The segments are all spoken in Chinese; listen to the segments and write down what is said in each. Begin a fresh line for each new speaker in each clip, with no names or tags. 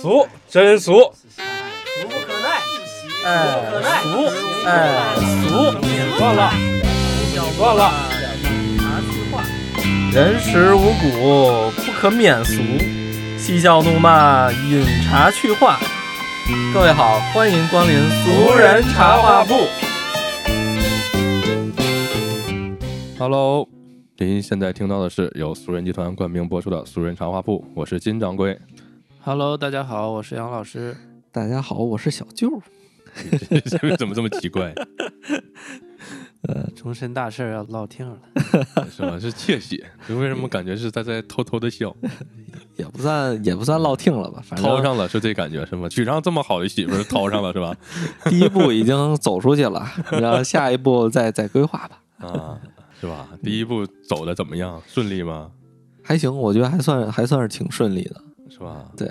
俗，真俗，
俗不可耐，
哎
可耐
俗，
哎，
俗，你算了，你算了。
人食五谷，不可免俗，嬉笑怒骂，饮茶去话。各位好，欢迎光临俗人茶话铺。
Hello，您现在听到的是由俗人集团冠名播出的《俗人茶话铺》，我是金掌柜。
Hello，大家好，我是杨老师。
大家好，我是小舅。
怎么这么奇怪？
终身大事要落听了，
是吧？是窃喜，就为什么感觉是在在偷偷的笑？
也不算也不算落听了吧，反
掏
正
上了是这感觉是吗？娶上这么好的媳妇儿，掏上了是吧？
第一步已经走出去了，然后下一步再再规划吧。
啊，是吧？第一步走的怎么样？顺利吗？
还行，我觉得还算还算是挺顺利的。
是吧？
对，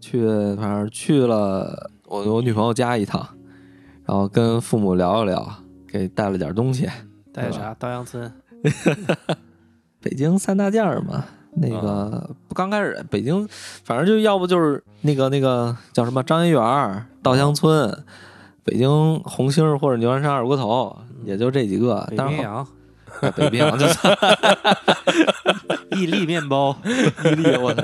去反正去了我我女朋友家一趟，然后跟父母聊一聊，给带了点东西。
带啥？稻香村。
北京三大件儿嘛，那个不刚开始北京，反正就要不就是那个那个叫什么张一元儿、稻香村、北京红星儿或者牛栏山二锅头，也就这几个。
北
但
冰
是后
洋、
哎北冰洋 就算
伊利面包，
一例，我操，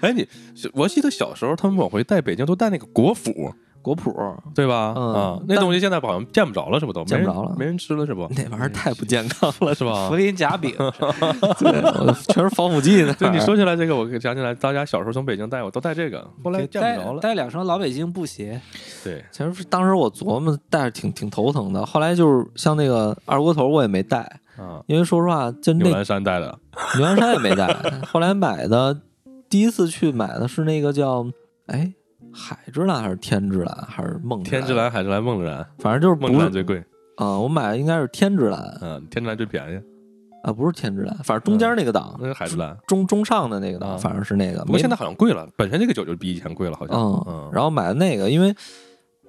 哎，你是我记得小时候他们往回带北京都带那个果脯，
果脯
对吧？
嗯
啊，那
但
东西现在好像见不着了，是不都没
见不
人
着了
没人吃了是不？
那玩意儿太不健康了，
是吧？
福林夹饼，
对，我全是防腐剂的。
对你说起来这个，我想起来，大家小时候从北京带我都带这个，后来
给
见
带
不着了。
带两双老北京布鞋，
对，
其实当时我琢磨带着挺挺头疼的，后来就是像那个二锅头我也没带，
啊，
因为说实话，就
牛
那
栏山带的，
牛栏山也没带。后来买的，第一次去买的是那个叫哎海之蓝还是天之蓝还是梦
天之
蓝，
蓝、海之蓝、梦之蓝，
反正就是
梦之
不
蓝
是
最贵，
啊、我买的应该是天之蓝啊、
嗯，天之蓝最便宜，
不是天之蓝，反正中间那个档，
那是海之蓝。
中中上的那个档，
啊
反正是那个。
不过
没
现在好像贵了，本身这个酒就比以前贵了，好像。
嗯，
嗯，
然后买的那个，因为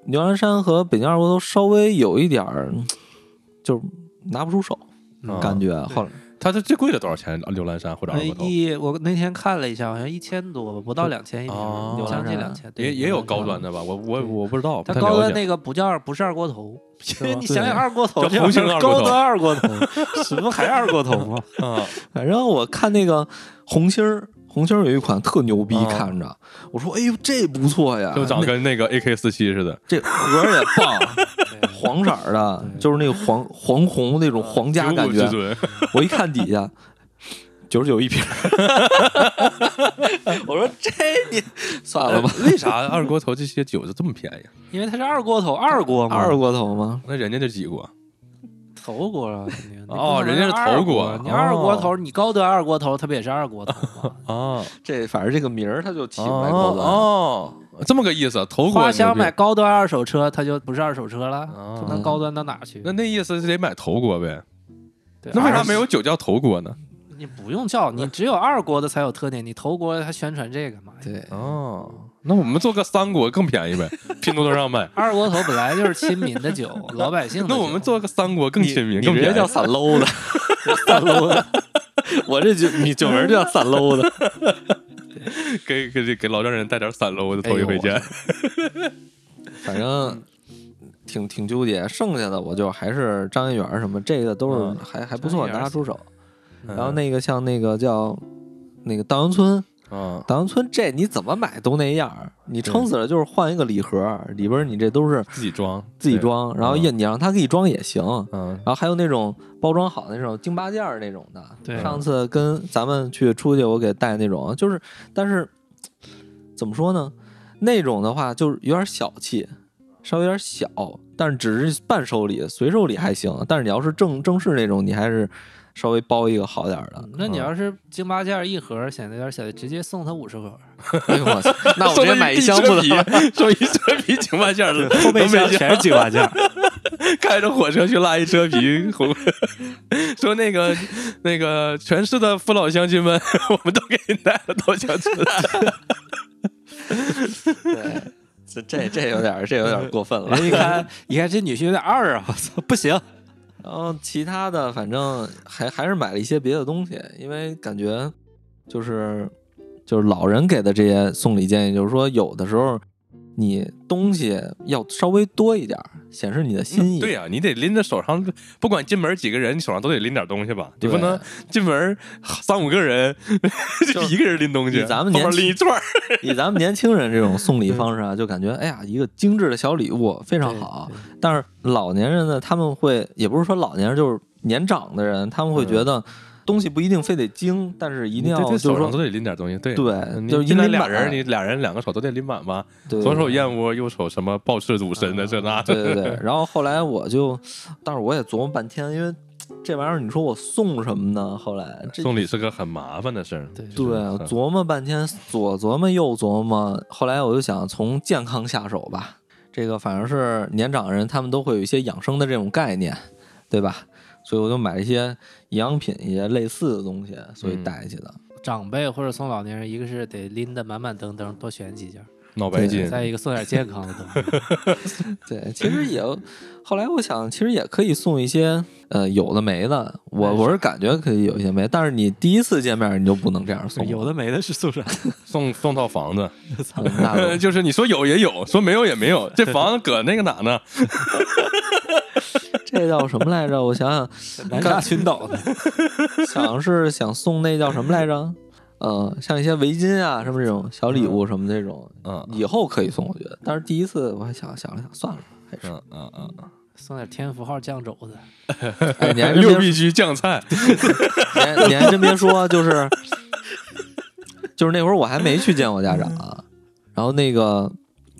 牛栏山和北京二锅头稍微有一点儿，嗯就是拿不出手，
嗯
感觉后来
它这最贵的多少钱？啊牛栏山或者二锅头，
一 我那天看了一下，好像一千多吧，不到两千一瓶
哦，
将近
牛
两
栏
千。对
也也有高端，的吧？我我
对
我不知道，
它
不太
高
了
端
解。
那个不叫二， 不是二锅头。你想
对
想二锅头
叫
这玩意儿，
红星二锅头
高端二锅头， 什么还二锅头吗？
啊，
反正我看那个红星儿，红星儿有一款特牛逼，
啊
看着我说：“哎呦，这不错呀！”
就长
那
跟那个 AK 四七似的，
这盒儿也 棒，黄色儿的，就是那个黄黄红
嗯
那种皇家
九
感
五
觉
至。尊。
我一看底 下九十九一瓶儿， 我说这你算了吧，
为啥二锅头这些酒就这么便宜？
因为它是二锅头，二锅嘛，
二锅头吗？
那人家这几锅，
头锅了肯定。
哦人家是头锅
你二锅
哦
头，你高端二锅头，它不也是二锅头吗？
啊，
这反正这个名儿它就起不来高端。
哦，哦这么个意思，头锅
花
牛
乡
逼
买高端二手车，它就不是二手车
啊
了，
哦
它能高端到哪儿去？
那那意思是得买头锅呗？
对
那为啥
二
没有酒叫头锅呢？
你不用叫，你只有二锅的才有特点，你头锅还宣传这个嘛？
对，
哦，那我们做个三锅更便宜呗，拼多多 上卖。
二锅头本来就是亲民的酒，老百姓的酒。
那我们做个三锅更亲民，
你
更
别
便
叫
宜。
散搂的， 散搂的。我这酒你酒名儿就叫散搂的，
给给给老丈人带点散喽，我就头一
哎呦
回 见。
反正挺挺纠结。剩下的我就还是张一元儿什么，这个都是
嗯
还、还不
张一
错，
元儿
拿得出手。
嗯
然后那个像那个叫那个稻香村，
啊，
稻香村这你怎么买都那样儿，你撑死了就是换一个礼盒，里边儿你这都是
自己装，
自己
对。
装，然后也你让他给你装也行。
嗯，
然后还有那种包装好的那种京八件儿那种的，
对
上次跟咱们去出去，我给带那种，就是但是怎么说呢？那种的话就是有点小气，稍微有点小，但是只是伴手礼、随手礼还行。但是你要是正正式那种，你还是稍微包一个好点儿的。
嗯
啊
那你要是京八件一盒，显得有点小，直接送他五十盒，
哎呦我操！那我直接买一箱
收
不能
了一车皮，收一车皮京八件儿的，
后备
都没
箱
见
全是京八件。
开着火车去拉一车皮，红说那个那个全市的父老乡亲们， 我们都给你带了稻 香村。
对，这这这有点儿这有点儿过分了。
人一看，一看这女婿有点二啊，我操，不行，
然后其他的反正还还是买了一些别的东西，因为感觉就是就是老人给的这些送礼建议，就是说有的时候你东西要稍微多一点儿，显示你的心意。
嗯对呀、你得拎着手上，不管进门几个人，你手上都得拎点东西吧？你
对
不能进门三五个人， 就一个人拎东西，
以咱们
后
年
面
轻
拎一串儿。
以咱们年轻人这种送礼方式啊，就感觉哎呀，一个精致的小礼物非常好。但是老年人呢，他们会也不是说老年人，就是年长的人，他们会觉得东西不一定非得精，但是一定要
嗯对
就是
手上
说
都得拎点东西，对嗯
对
你
就是一
进来
拎
俩
满
人，你俩人两个手都得拎满吧，
对
左手燕窝，右手什么暴食主神的这 那
对
的，
对对。然后后来我就，但是我也琢磨半天，因为这玩意儿你说我送什么呢？后来这
送礼嗯是个很麻烦的事儿。对
对啊琢磨半天，左琢磨右琢磨，后来我就想从健康下手吧。这个反正是年长人，他们都会有一些养生的这种概念，对吧？所以我就买一些营养品，一些类似的东西，所以
嗯
带去的。
长辈或者送老年人，一个是得拎得满满登登，多选几件儿；
脑白金，
再一个送点健康的东 西。
对，其实也，后来我想，其实也可以送一些，呃，有的没的。我
哎
我是感觉可以有一些没，但是你第一次见面你就不能这样送
哎
了，
有的没的是送啥？
送送套房子，
嗯那不行
就是你说有也有，说没有也没有，这房子搁那个哪呢？
这叫什么来着？我想想，
南沙群岛的，
想是想送那叫什么来着？呃，像一些围巾啊，什么这种小礼物什么这种，
嗯
以后可以送，我觉得。但是第一次我还想想了想，算 了，还是
嗯嗯嗯，
送点天福号酱肘子，
哎，你还真别
六
说，
必居酱 菜，
你还你还真别说，就是就是那会儿我还没去见我家长、啊然后那个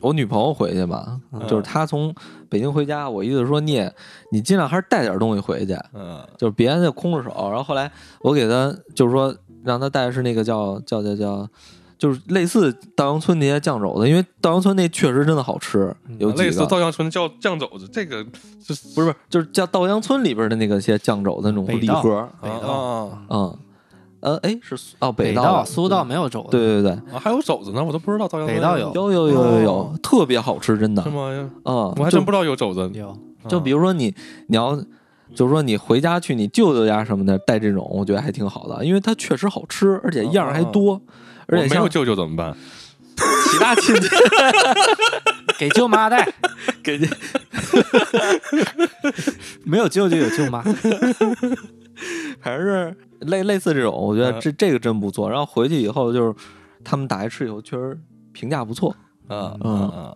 我女朋友回去嘛，
嗯
嗯就是她从北京回家，我意思说你也你尽量还是带点东西回去，
嗯
就是别那空着手。然后后来我给他就是说让他带的是那个叫叫叫叫，就是类似稻香村那些酱肘子，因为稻香村那确实真的好吃，
嗯
有几
类似
个
稻香村叫酱肘子，这个是
不是不是就是叫稻香村里边的那个些酱肘子那种
北
礼
道
盒，
北道
啊
嗯，呃哎是苏哦
北
道
苏道没有肘子，
对，对对对，
啊，还有肘子呢，我都不知道稻香村
北道有
有有有有有，特别好吃，真的
哦是，吗？
嗯，
我还
就
真不知道有肘子，嗯
有
就比如说你，你要就是说你回家去你舅舅家什么的带这种，我觉得还挺好的，因为它确实好吃，而且样儿还多，而
哦我
且
没有
像
舅舅怎么办？
其他亲戚
给舅妈 带，
给你，
没有舅舅有舅妈，
还是类类似这种，我觉
嗯
得这这个真不错。然后回去以后就是他们打开吃以后，确实评价不错。
啊
嗯
啊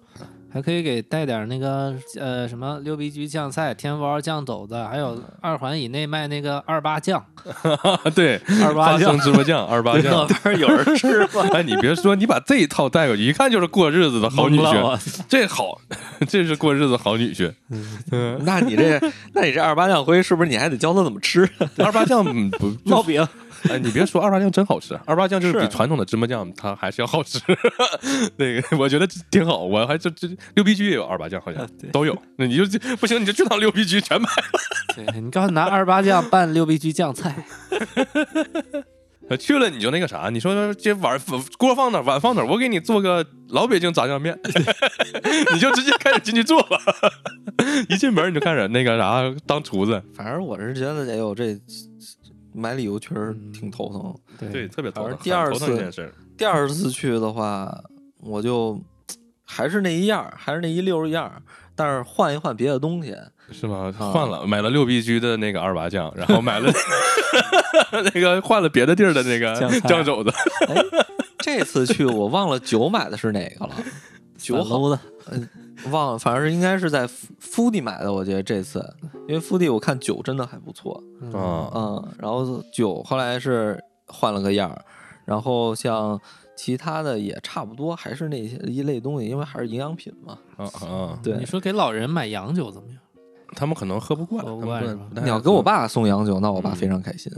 还可以给带点那个呃什么六必居酱菜、天福号酱肘子，还有二环以内卖那个二八酱，
啊！ 对，
二八
花
酱
生芝麻酱，二八 酱。
边有人 吃吗？
哎，你别说，你把这一套带过去，一看就是过日子的好女 婿。这好，这是过日子好女婿。
那你这，那你这二八酱回去是不是你还得教他怎么 吃？
二八酱嗯不
烙饼，
哎，你别说，二八酱真好吃。啊二八酱就是比
是
传统的芝麻酱，它还是要好吃。 那个我觉得挺好，我还这这六必居也有二八酱，好像
呃
啊对
都有。那你就去不行，你就去趟六必居全买。
对你告诉拿二八酱拌六必居酱菜，
呃去了你就那个啥，你说这碗锅放哪儿，碗放哪儿，我给你做个老北京炸酱面，你就直接开始进去做吧。 一进门你就开始那个啥当厨子，
反正我是觉得，哎呦，这买礼物确实挺头疼。
对，特别头
反。
疼
正第二
很头疼
次
这件事儿，
第二次去的话，我就还是那一样儿，还是那一溜儿一样儿，但是换一换别的东西。
是吧？
啊
换了，买了六必居的那个二八酱，然后买 了那个换了别的地儿的那个
酱菜
酱肘子，
这次去我忘了酒买的是哪个了，酒好呃
的，
忘了，反正是应该是在夫夫地买的。我觉得这次，因为夫地我看酒真的还不错，
啊，
嗯，然后酒后来是换了个样儿，然后像其他的也差不多，还是那些一类东西，因为还是营养品嘛。
啊啊！
对
你，说给老人买洋酒怎么样？
他们可能喝不惯，
喝不
他
惯
们
是吧
不太
你要
爱
给我
喝
爸送洋酒，那我爸
嗯
非常开心，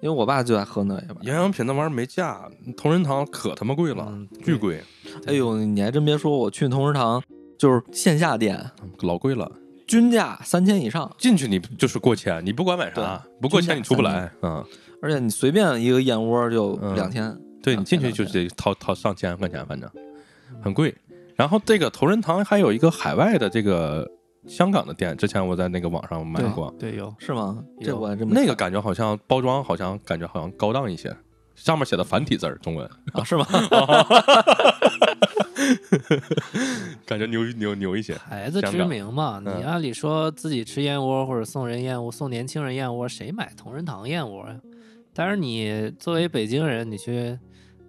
因为我爸就爱喝那个。
营养品那玩意儿没价，同仁堂可他妈贵了
嗯，
巨贵，
哎呦，你还真别说，我去同仁堂就是线下店，
老贵了。
均价三千以上，
进去你就是过啊千，你不管买啥，不过千你出不来。嗯，
而且你随便一个燕窝就
嗯
两千。
对
两
你进去
千
就得掏掏上千块钱，反正很贵。然后这个同仁堂还有一个海外的这个香港的店，之前我在那个网上买过，
对有
是吗？
有
这我还真没
那个感觉好像包装好像感觉好像高档一些，上面写的繁体字儿，中文，
啊，是 吗？
感觉牛牛牛一些。
孩子
香
知
港
名嘛，你
嗯
按理说自己吃燕窝或者送人燕窝，送年轻人燕窝，谁买同仁堂燕窝呀？但是你作为北京人，你去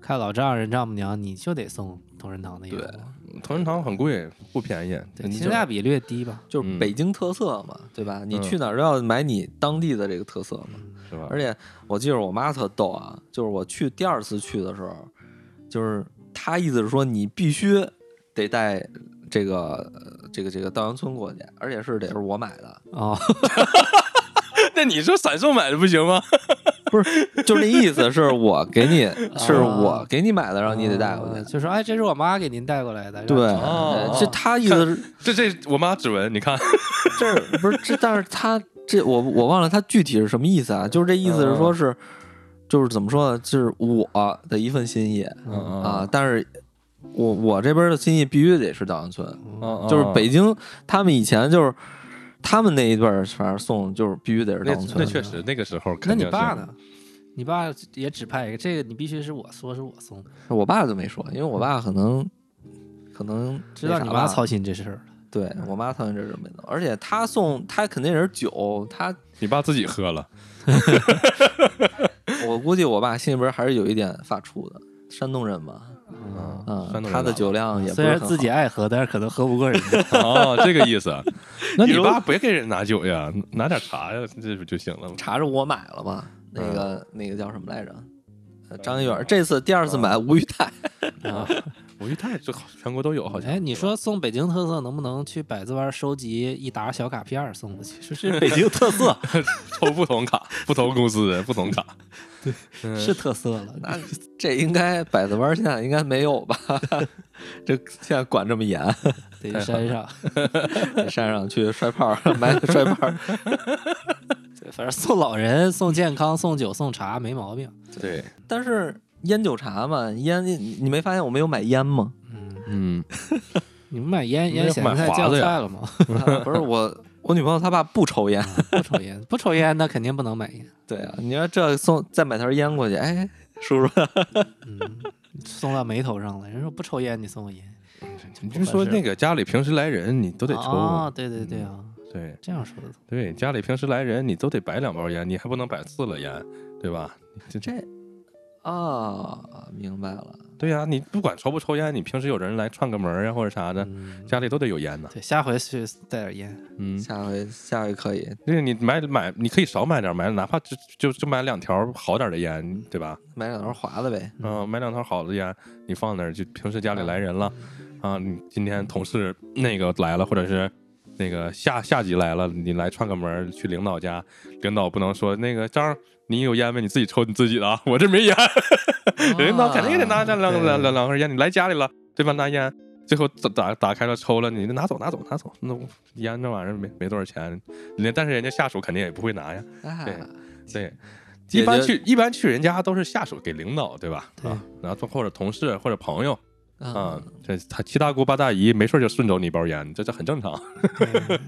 看老丈人丈母娘，你就得送同仁堂的燕
对
窝，
同仁堂很贵，不便宜。
对，
你
性
就
价比略低吧。
就是北京特色嘛，对吧？你
嗯
去哪儿都要买你当地的这个特色嘛。
是吧？
而且我记得我妈特逗啊，就是我去第二次去的时候，就是她意思是说你必须得带这个呃这个这个稻香村过去，而且是得是我买的，
哦，
那你说闪送买的不行吗？
就是那意思是我给 你是
啊
我给你买的，然后你得带回
啊
去。
就说哎，这是我妈给您带过来的。让
对，
你尝
对这她意思是
这这我妈指纹，你看，
这儿不是这，但是他这我我忘了他具体是什么意思啊？就是这意思是说是，就是怎么说呢？就是我的一份心意
嗯
啊、但是我我这边的心意必须得是稻香村，
嗯
啊就是北京他们以前就是他们那一辈儿，反正送就是必须得是稻
那
香
哦那
村。
确实那个时候
那
肯
你
定是，
爸呢？你爸也指派一个，这个你必须是我说是我送的，
我爸就没说，因为我爸可能可能
知道
那
你
啥啊
妈
吧
操心这事儿了。
对我妈操心这事儿没弄，而且他送他肯定也是酒，他
你爸自己喝了，
我估计我爸心里边还是有一点发怵的，山东人嘛，啊
山东人
他的
老
酒量也不
虽
是
然
很
自己
好
爱喝，但是可能喝不过人家。
哦，这个意思。
那
你
如
爸别给人拿酒呀，拿点茶呀，这不就行了吗？
查着我买了嘛，那
嗯
个那个叫什么来着？呃张一元这次第
啊
二次买吴裕泰，
我一看，这好全国都有，好像。
哎，你说送北京特色，能不能去百子湾收集一沓小卡片儿送过去？说是北京特色，
抽不同卡， 不同公司人，不同卡。
是特色 了。
那这应该百子湾现在应该没有吧？ 这现在管这么严，
得去山上，
山上去摔炮儿买摔炮儿，
对反正送老人、送健康、送酒、送茶没毛病。
对，
但是烟酒茶嘛，烟你你没发现我没有买烟吗？
嗯，
你们买烟
那
烟咸
买
菜
华
酱
子呀
菜了吗？
啊 不是我我女朋友她爸不抽烟，
不抽烟，不抽烟那肯定不能买烟。
对啊，你说这送再买条烟过去，哎，叔 叔
嗯，送到眉头上了。人说不抽烟，你送我烟，
你就说那个家里平时来人，你都得
啊、
抽。嗯
对对对啊，
对
这样说的。
对，家里平时来人，你都得摆两包烟，你还不能摆四了烟，对吧？这
这啊，明白了。
对呀、你不管抽不抽烟，你平时有人来串个门儿啊或者啥的，
嗯，
家里都得有烟呢。
对，下回去带点烟。
嗯，
下回下回可以
那个你买买，你可以少买点儿，买哪怕就就就买两条好点儿的烟，对吧？
买两条华子 呗。
嗯、买两条好的烟，你放那儿，就平时家里来人了，啊，你今天同事那个来了，或者是那个下下级来了，你来串个门儿去领导家，领导不能说那个张儿，你有烟没？你自己抽你自己的啊，我这没烟，领导肯定也
哦
得拿这两两两两盒烟，你来家里了，对吧？拿烟。最后打打打开了抽了，你拿走拿走拿走，那我烟这玩意儿没没多少钱，人家但是人家下属肯定也不会拿呀，
啊
对，对，
解
一般
决
去一般去人家都是下属给领导，对吧？啊，然后或者同事或者朋友啊
嗯，，
这他七大姑八大姨没事就顺走你一包烟，这这很正常。
嗯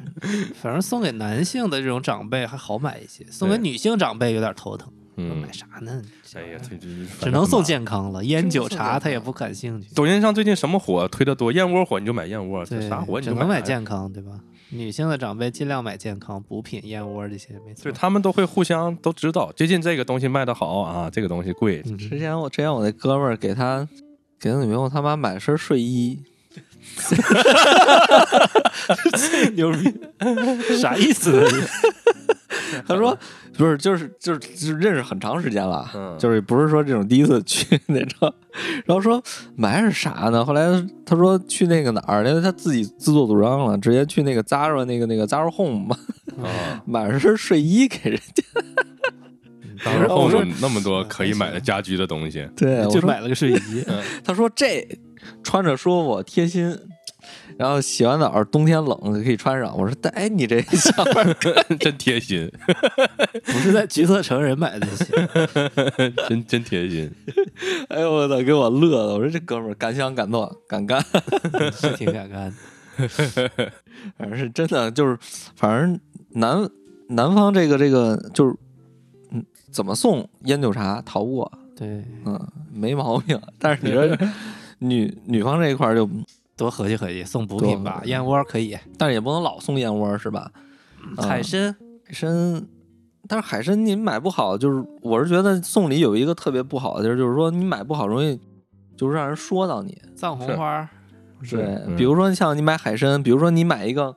反正送给男性的这种长辈还好买一些，送给
对
女性长辈有点头疼。
嗯
买，啥呢？
哎呀，这这
只能送。
这
健康了，烟酒
送健
茶
康
他也不感兴趣。
抖音上最近什么火推的多？燕窝火你就买燕窝，这
对，
啥火你
只
就
能
买啊
买。健康，对吧？女性的长辈尽量买健康，补品、燕窝这些没错。
对他们都会互相都知道，最近这个东西卖的好啊，这个东西贵，
嗯，
之前我之前我那哥们儿给他给他女朋友他妈买了身睡衣，
牛 逼，啥意思？
他说不是就是就是就是认识很长时间了，
嗯
就是不是说这种第一次去那种， 然后说买是啥呢？后来他说去那个哪儿，因为他自己自作主张了，直接去那个 Zara 那个那个 Zara Home
啊，
买了身睡衣给人家，
当然
我
后
说
面那么多可以买的家居的东西，
对，我
就
说
买了个睡 衣，
他说这穿着舒服贴心，然后洗完澡冬天冷可以穿上。我说，但哎，你这想法儿
真贴心，
不是在橘色城人买的这些。
真真贴心。
哎呦我操，给我乐的！我说这哥们儿敢想敢做敢干，
是挺敢干的。
反正是真的就是，反正南南方这个这个就是，嗯，怎么送烟酒茶逃不过，
对，
嗯，没毛病。但是你说女女方这一块儿就，
多合计合计，送补
多
品吧，燕窝可以，
但是也不能老送燕窝是吧？嗯
海参
海参，但是海参你买不好，就是我是觉得送礼有一个特别不好的地儿，就是说你买不好容易就是让人说到你。
藏红花儿，
对，
嗯
比如说像你买海参，比如说你买一个，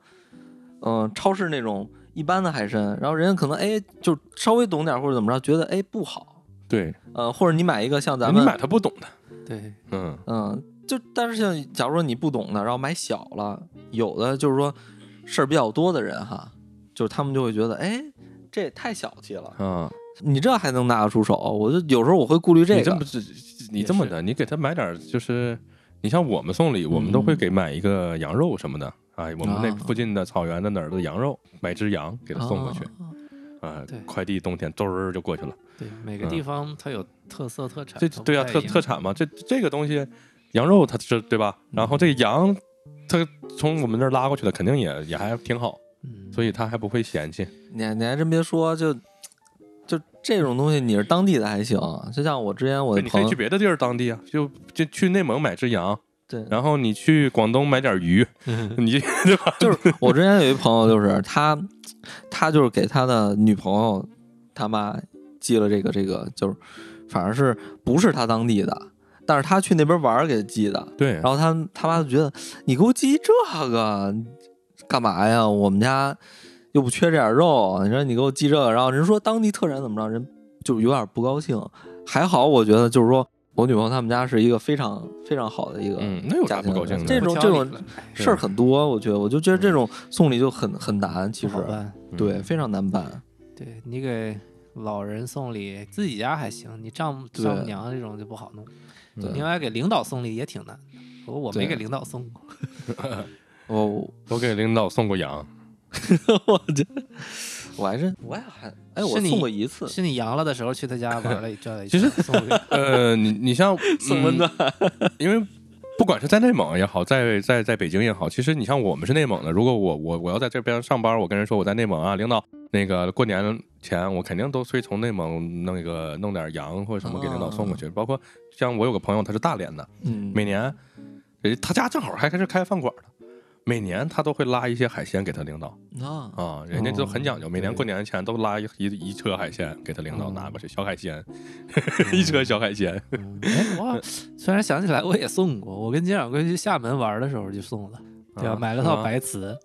嗯、超市那种一般的海参，然后人家可能哎就稍微懂点儿或者怎么着，觉得哎不好，
对，
呃，或者你买一个像咱
哎你
们
买他不懂的，
对，
嗯，
嗯，就但是像假如说你不懂的，然后买小了，有的就是说事儿比较多的人哈，就是他们就会觉得，哎，这也太小气了，
啊，
你这还能拿得出手？我就有时候我会顾虑
你
这
这
个
么，这你这么的，你给他买点儿就是，你像我们送礼，我们都会给买一个羊肉什么的，哎，我们那
啊
附近的草原的哪儿的羊肉，买只羊给他送过去，啊
对，
快递冬天嘚儿就过去了，
对，每个
嗯
地方它有特色特产，
这
它不
对啊，
太
特
一样
特产嘛，这这个东西，羊肉它是对吧？然后这个羊，它从我们那儿拉过去的，肯定也也还挺好，
嗯
所以它还不会嫌弃，
你还你还真别说，就就这种东西，你是当地的还行，就像我之前我
对，
的
你可
朋
以
友
去，别的地儿当地啊，就就去内蒙买只羊，
对，
然后你去广东买点鱼，你 对吧？
就是我之前有一朋友，就是他，他就是给他的女朋友他妈寄了这个这个，就是反正是不是他当地的，但是他去那边玩儿给寄的。
对，
然后他他妈就觉得你给我寄这个干嘛呀？我们家又不缺这点肉，你说你给我寄这个，然后人说当地特产怎么着，人就有点不高兴。还好，我觉得就是说我女朋友他们家是一个非常非常好的一个
嗯，那有
家
啥不
庭
高兴的？
这种
不
这
挑
种
理了
事儿很多，我觉得，我就觉得这种送礼就很很难，其
不
实
好办。嗯
嗯
对非常难办。
对你给老人送礼，自己家还行，你丈母
对
丈母娘这种就不好弄。
对
另外给领导送礼也挺难的，不过我没
对
给领导送过。
哦，
都给领导送过羊，
我这我还真我也还哎，我
是你嗯
送过一次，
是你阳了的时候去他家玩了一转了一
其
圈，
实
送礼
呃，你 你像送温暖，因为不管是在内蒙也好，在在在北京也好，其实你像我们是内蒙的，如果我我我要在这边上班，我跟人说我在内蒙啊，领导那个过年前我肯定都催从内蒙那个弄点羊或者什么给领导送过去，
哦
包括像我有个朋友他是大连的，
嗯，
每年人他家正好还开始开饭馆的。每年他都会拉一些海鲜给他领导
啊，
哦
啊，人家都很讲究，
嗯
每年过年前都拉一一一车海鲜给他领导拿过去，小海鲜， 一车小海鲜，
嗯哎，我虽然想起来我也送过，我跟金掌柜去厦门玩的时候就送了，对吧？
啊
买了
是
套
吗
白瓷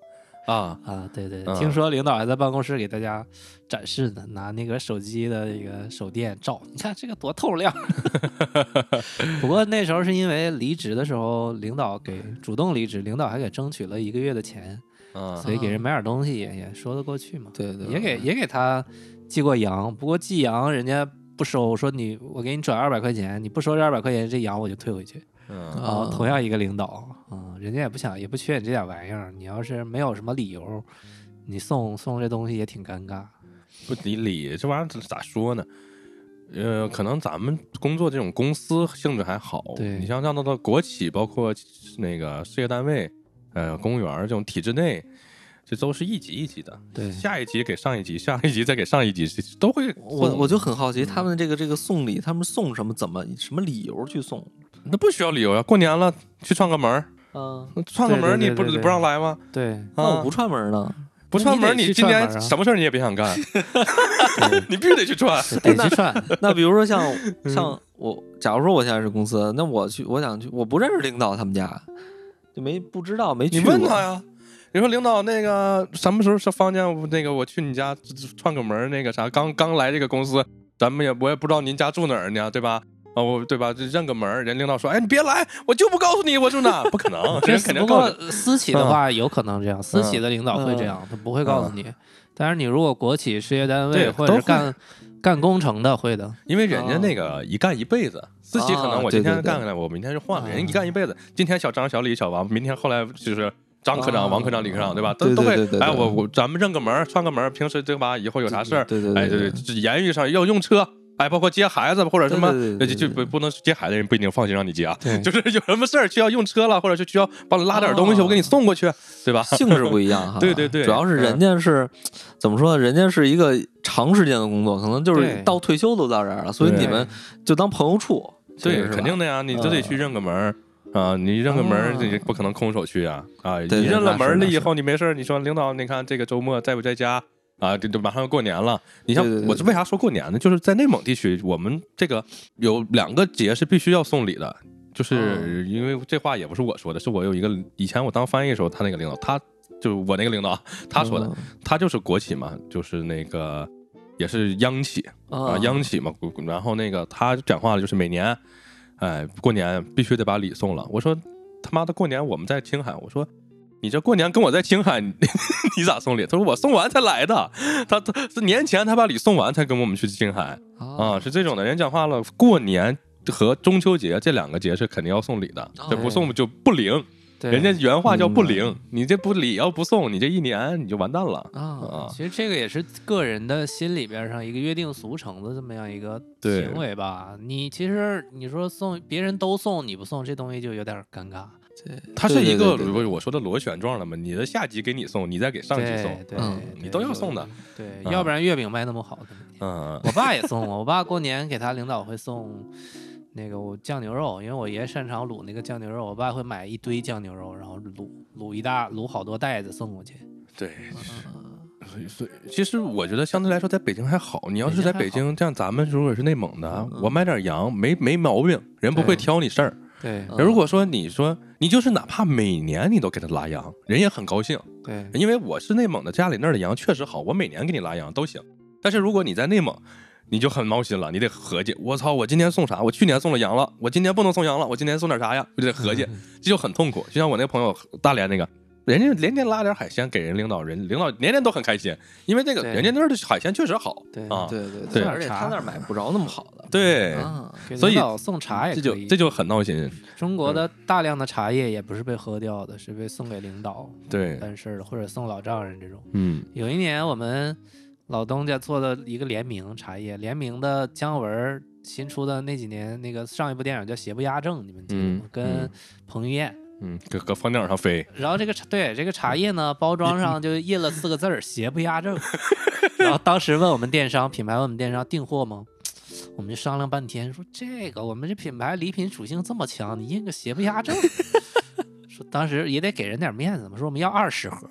啊，
啊，对对，
啊
听说领导还在办公室给大家展示呢，拿那个手机的一个手电照，你看这个多透亮。啊 不过那时候是因为离职的时候，领导给主动离职，领导还给争取了一个月的钱，
啊，
所以给人买点东西也也说得过去嘛。
对对，
也给也给他寄过羊，不过寄羊人家不收，我说你我给你转二百块钱，你不收这二百块钱，这羊我就退回去。
嗯
啊、
啊
同样一个领导，啊、人家也不想也不缺你这点玩意儿，你要是没有什么理由，你送送这东西也挺尴尬。
不理理这玩意儿咋说呢？呃，可能咱们工作这种公司性质还好，
对
你像让到到国企，包括那个事业单位，呃，公务员儿这种体制内，这都是一级一级的，
对
下一级给上一级，下一级再给上一级，都会送。
我我就很好
嗯
奇他们这个这个送礼，他们送什么，怎么什么理由去送？
那不需要理由呀、过年了去串个门儿，
啊
嗯，
那串个
对
门儿
对对
你不
对对
不让来吗？
对，
那
啊
我不串门呢，
不
那
串
你
门
得
儿，你
去
今
串
年
门儿啊
什么事儿你也别想干， 你必须得去串。
得去 嗯串，
那比如说像像我，假如说我现在是公司，那我去，我想去，我不认识领导他们家，就没不知道没去
你
过。
问他呀，你说领导那个什么时候是方便我那个我去你家串个门儿那个啥，刚刚来这个公司，咱们也我也不知道您家住哪儿呢，对吧？啊，我对吧？就认个门儿，人领导说，哎，你别来，我就不告诉你我住哪 儿，不可能，
这
人肯定
不
告
过
诉你。
私企的话，有可能这样，私企的领导会这样，他不会告诉你。但是你如果国企、事业单位
对
或者
都
是
会
干干工程的，会的。
因为人家那个一干一辈子，私企可能我今天干干来，我明天就换了，
啊
人一干一辈子，今天小张、小李、小王，明天后来就是。张科长、
啊
王科长、李科长，对吧？
对
都都
对
会
对对，对
哎，我我咱们认个门儿，串个门儿，平时对吧？以后有啥事儿，
对对对
哎，
对
对对，言语上要用车，哎，包括接孩子或者什么，
对对对
呃
对
就就不不能接孩子人不一定放心让你接啊
对，
就是有什么事儿需要用车了，或者是需要帮你拉点东西，
啊
我给你送过去，对吧？
性质不一样哈。
对对对嗯
主要是人家是、怎么说呢？人家是一个长时间的工作，可能就是
对
到退休都到这儿了，所以
对
你们就当朋友处。其
对
实，是吧嗯
肯定的呀，你都得去认个门儿啊！你认个门儿，你不可能空手去啊！啊，
对
你认了门儿了
那是
以后，你没事儿，你说领导，你看这个周末在不在家啊？这这马上要过年了，你像
嗯对对对
我这为啥说过年呢？就是在内蒙地区，我们这个有两个节是必须要送礼的，
哦
就是因为这话也不是我说的，是我有一个以前我当翻译的时候，他那个领导，他就是我那个领导，他
嗯
说的，他就是国企嘛，就是那个也是央企，啊，央企嘛，古然后那个他讲话了，就是每年，哎，过年必须得把礼送了。我说他妈的过年我们在青海，我说你这过年跟我在青海，你 你咋送礼？他说我送完才来的，他他是年前他把礼送完才跟我们去青海
哦
啊，是这种的。人讲话了，过年和中秋节这两个节是肯定要送礼的，这不送就不灵。
对
人家原话叫不
明
灵，你这不礼要不送，你这一年你就完蛋了啊。
其实这个也是个人的心里边儿上一个约定俗成的这么样一个
对
行为吧。你其实你说送别人都送你不送，这东西就有点儿尴尬。
它是一
对
个
对对对
不是我说的螺旋状的嘛，你的下级给你送，你再给上级
对
送，
对
嗯，
对
你都要送的。
对，
嗯
要不然月饼卖那么好呢
嗯，
我爸也 送我，我爸过年给他领导会送那个我酱牛肉，因为我爷擅长卤那个酱牛肉，我爸会买一堆酱牛肉，然后卤卤一大卤好多袋子送过去。
对。所以，所以，其实我觉得相对来说，在北京还好。你要是在北
北京
京，像咱们如果是内蒙
嗯
的，啊我买点羊没没毛病，人不会
对
挑你事儿。
对
嗯
如果说你说你就是哪怕每年你都给他拉羊，人也很高兴，
对
因为我是内蒙的，家里那儿的羊确实好，我每年给你拉羊都行。但是如果你在内蒙，你就很闹心了，你得合计，我操，我今年送啥？我去年送了羊了，我今年不能送羊了，我今年送点啥呀？我就得合
嗯
计，这就很痛苦。就像我那个朋友大连那个，人家连年拉点海鲜给人领导，人领导年年都很开心，因为这个
对
人家那儿的海鲜确实好
对
啊，
对对
对
而且他那儿买不着那么好的。
对，
啊，
给
所以
领导送茶嗯也可
这就
以。
这就很闹心，
中
嗯
国的大量的茶叶也不是被喝掉的，是被送给领导
对，
办事儿的，或者送老丈人这种。
嗯，
有一年我们老东家做了一个联名茶叶，联名的姜文儿新出的那几年那个上一部电影叫《邪不压正》，你们记得吗？
嗯
跟
嗯
彭于晏。
嗯，搁搁房顶 上飞，
然后这个茶对这个茶叶呢，包装上就印了四个字儿“邪不压 正”。然后当时问我们电商品牌，问我们电商订货吗？我们就商量半天，说这个我们这品牌礼品属性这么强，你印个“邪不压 正”，说当时也得给人点面子嘛，说我们要二十盒，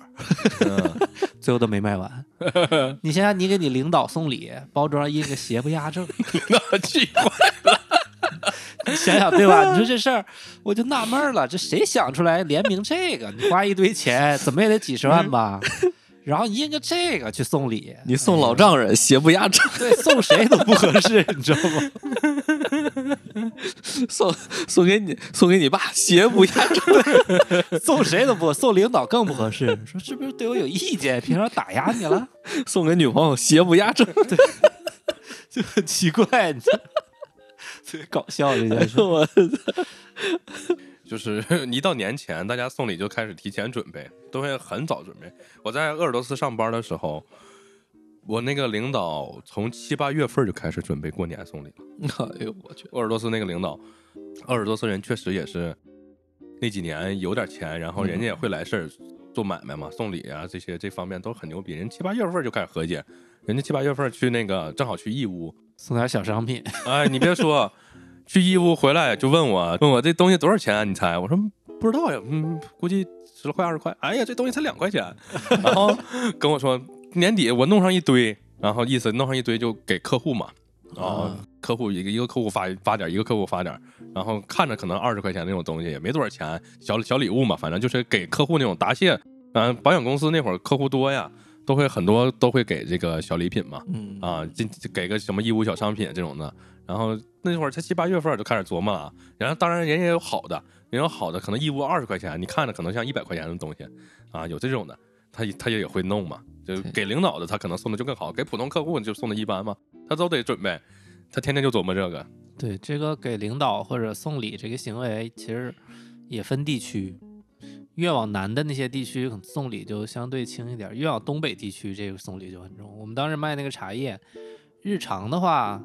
最后都没卖完。你想想，你给你领导送礼，包装印个“邪不压正”，
那去
想想对吧？你说这事儿，我就纳闷儿了，这谁想出来联名这个？你花一堆钱，怎么也得几十万 吧？然后你印个这个去送礼，
你送老丈人邪不压正，
对，送谁都不合适，你知道吗？
送送给你送给你爸邪不压正。
送谁都不，送领导更不合适。说是不是对我有意见？平常打压你了，
送给女朋友邪不压正，
就很奇怪，你知道吗 特别搞笑这件事。
我
就是 一到年前，大家送礼就开始提前准备，都会很早准备。我在鄂尔多斯上班的时候，我那个领导从七八月份就开始准备过年送礼了。
哎呦我去，
鄂尔多斯那个领导，鄂尔多斯人确实也是那几年有点钱，然后人家也会来事儿做买卖嘛，送礼啊这些这方面都很牛逼。人七八月份就开始合计，人家七八月份去那个正好去义乌，
送点小商品，
哎，你别说，去义乌回来就问我，问我这东西多少钱、啊你猜？我说不知道呀，嗯，估计十来块二十块。哎呀，这东西才两块钱，然后跟我说年底我弄上一堆，然后意思弄上一堆就给客户嘛，然后客户一个一个客户发发点儿，一个客户发点儿，然后看着可能二十块钱那种东西也没多少钱，小小礼物嘛，反正就是给客户那种答谢。嗯、保险公司那会儿客户多呀，都会很多都会给这个小礼品嘛。
嗯
啊，这这给个什么义乌小商品这种的。然后那会儿才七八月份儿就开始琢磨了，然后当然人也有好的，也有好的，可能义乌二十块钱，你看着可能像一百块钱的东西啊，有这种的，他也他也也会弄嘛，就给领导的他可能送的就更好，给普通客户就送的一般嘛，他都得准备，他天天就琢磨这个，
对这个给领导或者送礼这个行为，其实也分地区。越往南的那些地区，可能送礼就相对轻一点；越往东北地区，这个送礼就很重。我们当时卖那个茶叶，日常的话，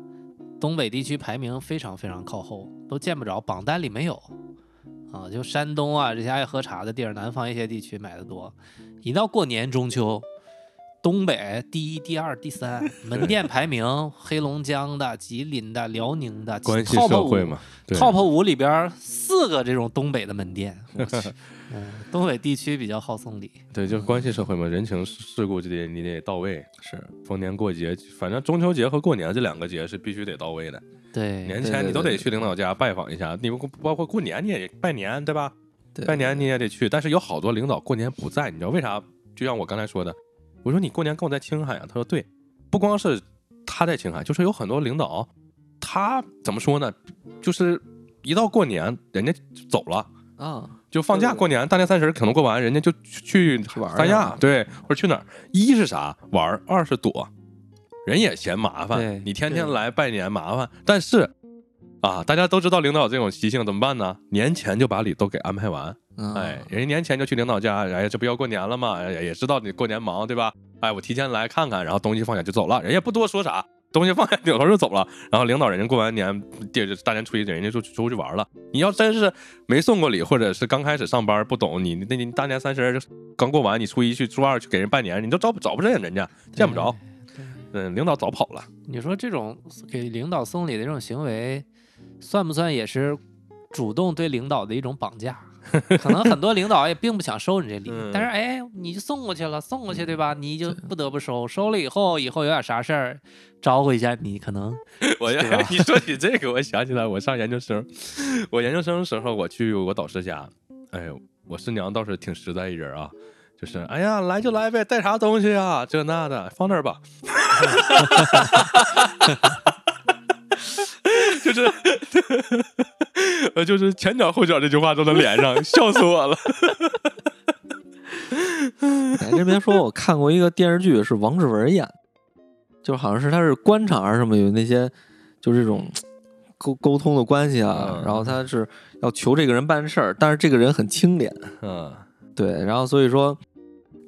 东北地区排名非常非常靠后，都见不着，榜单里没有。啊，就山东啊这些爱喝茶的地儿，南方一些地区买的多。一到过年中秋，东北第一、第二、第三门店排名， 黑龙江的、吉林的、辽宁的，
关系
top
社会
五
嘛
Top 五里边儿四个这种东北的门店，我 去嗯，东北地区比较好送礼，
对，就关系社会嘛，人情世故就得你得到位。
是
逢年过节，反正中秋节和过年这两个节是必须得到位的。
对
年
嗯对
前
对
你都得
对
去领导家拜访一下，你不包括过年你也拜年对吧？
对
拜年你也得去，但是有好多领导过年不在，你知道为啥？就像我刚才说的，我说你过年跟我在青海啊，他说对，不光是他在青海，就是有很多领导，他怎么说呢？就是一到过年，人家走了。
啊，
就放假
对对
过年，大年三十可能过完，人家就去去
玩儿
三
去
亚
了，
对，或者去哪儿？一是啥玩儿，二是躲，人也嫌麻
对
烦，你天天
对
来拜年麻烦。但是啊，大家都知道领导这种习性，怎么办呢？年前就把礼都给安排完，
嗯
哎，人家年前就去领导家，哎，这不要过年了吗？哎，也知道你过年忙，对吧？哎，我提前来看看，然后东西放下就走了，人也不多说啥，东西放下扭头就走了。然后领导人家过完年，这这大年初一人家就出去玩了。你要真是没送过礼，或者是刚开始上班不懂，你那你大年三十儿刚过完，你初一去初二去给人拜年，你都找找不认人家，见不着。
对。
嗯，领导早跑了。
你说这种给领导送礼的这种行为，算不算也是主动对领导的一种绑架？可能很多领导也并不想收你这礼，
嗯
但是哎，你就送过去了，送过去对吧？你就不得不收，收了以后，以后有点啥事儿，招呼一下你，可能
我要你说起这个，我想起来，我上研究生，我研究生的时候，我去我导师家，哎呦，我师娘倒是挺实在一人啊，就是哎呀，来就来呗，带啥东西啊，这那的，放那儿吧。 就是， 呃，就是前脚后脚这句话都能连上，笑死我了。
哎，这边说我看过一个电视剧，是王志文演的，就好像是他是官场啊还是什么，有那些就这种沟沟通的关系啊，
嗯
然后他是要求这个人办事儿，但是这个人很清廉，
嗯，
对，然后所以说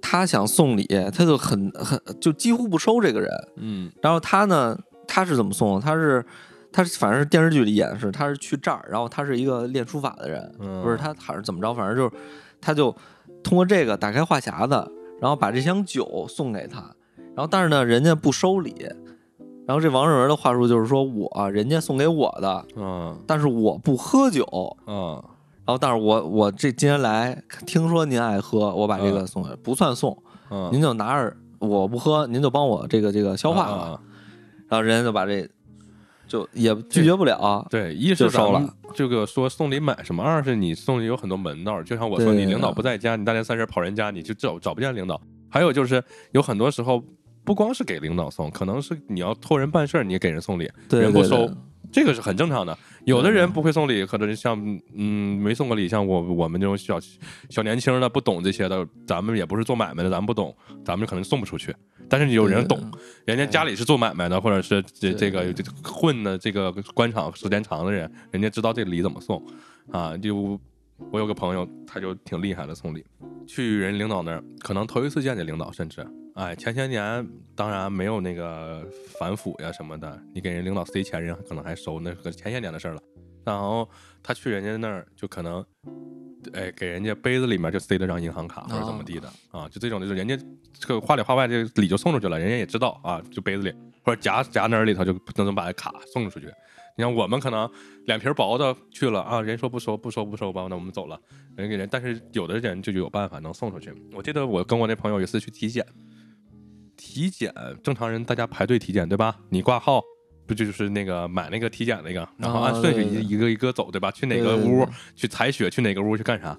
他想送礼，他就很很就几乎不收这个人，
嗯，
然后他呢，他是怎么送？他是他是反正是电视剧里演是，他是去这儿，然后他是一个练书法的人，
嗯
不是他好像怎么着，反正就是他就通过这个打开话匣子，然后把这箱酒送给他，然后但是呢，人家不收礼。然后这王志文的话术就是说我，人家送给我的，
嗯
但是我不喝酒。
嗯
然哦后，但是我我这今天来，听说您爱喝，我把这个送给，不算送，
嗯，
您就拿着，我不喝，您就帮我这个这个消化了。
啊
然后人家就把这就也拒绝不了，
对，一
就是
咱
收了
们这个说送礼买什么，二是你送礼有很多门道儿，就像我说，
对
你领导不在家，你大年三十跑人家，你就找找不见领导。还有就是有很多时候。不光是给领导送，可能是你要托人办事儿，你也给人送礼，
对
人不
对
收
对，
这个是很正常的。有的人不会送礼，可能像嗯没送过礼，像我我们这种小小年轻的不懂这些的，咱们也不是做买卖的，咱们不懂，咱们可能送不出去。但是有人懂，人家家里是做买卖的，或者嗯是这这个这个混的这个官场时间长的人，人家知道这礼怎么送啊。就我有个朋友，他就挺厉害的送礼，去人领导那儿，可能头一次见这领导，甚至哎前些年当然没有那个反腐呀什么的，你给人领导塞钱，人可能还收，那可前些年的事儿了。然后他去人家那儿，就可能。哎，给人家杯子里面就塞了张银行卡或者怎么地的、啊，就这种就是人家这个话里话外这个礼就送出去了，人家也知道啊，就杯子里或者夹夹那儿里头就能能把卡送出去。你看我们可能脸皮儿薄的去了啊，人说不收不收不收吧，那我们走了，人给人。但是有的人就有办法能送出去。我记得我跟我那朋友有一次去体检，体检正常人大家排队体检对吧？你挂号。不就是那个买那个体检那个，然后按
啊
顺
对
序
对对
一一个一个走，对吧？去哪
对
个
对对
屋
对
去采血，去哪个屋去干啥？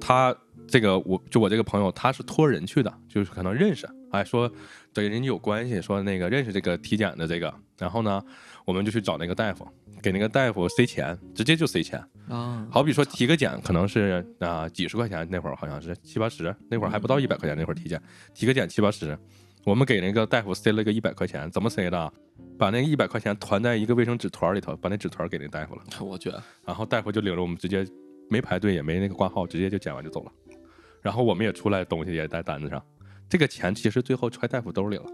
他这个我就我这个朋友，他是托人去的，就是可能认识，哎，说对人家有关系，说那个认识这个体检的这个，然后呢，我们就去找那个大夫，给那个大夫塞钱，直接就塞钱。
啊，
好比说体个检，可能是啊、几十块钱，那会儿好像是七八十，那会儿还不到一百块钱，那会儿体检体个检七八十，我们给那个大夫塞了个一百块钱，怎么塞的啊？把那一百块钱团在一个卫生纸团里头，把那纸团给那大夫了。
我觉得
然后大夫就领着我们直接没排队也没那个挂号，直接就检完就走了。然后我们也出来，东西也在单子上，这个钱其实最后揣大夫兜里了，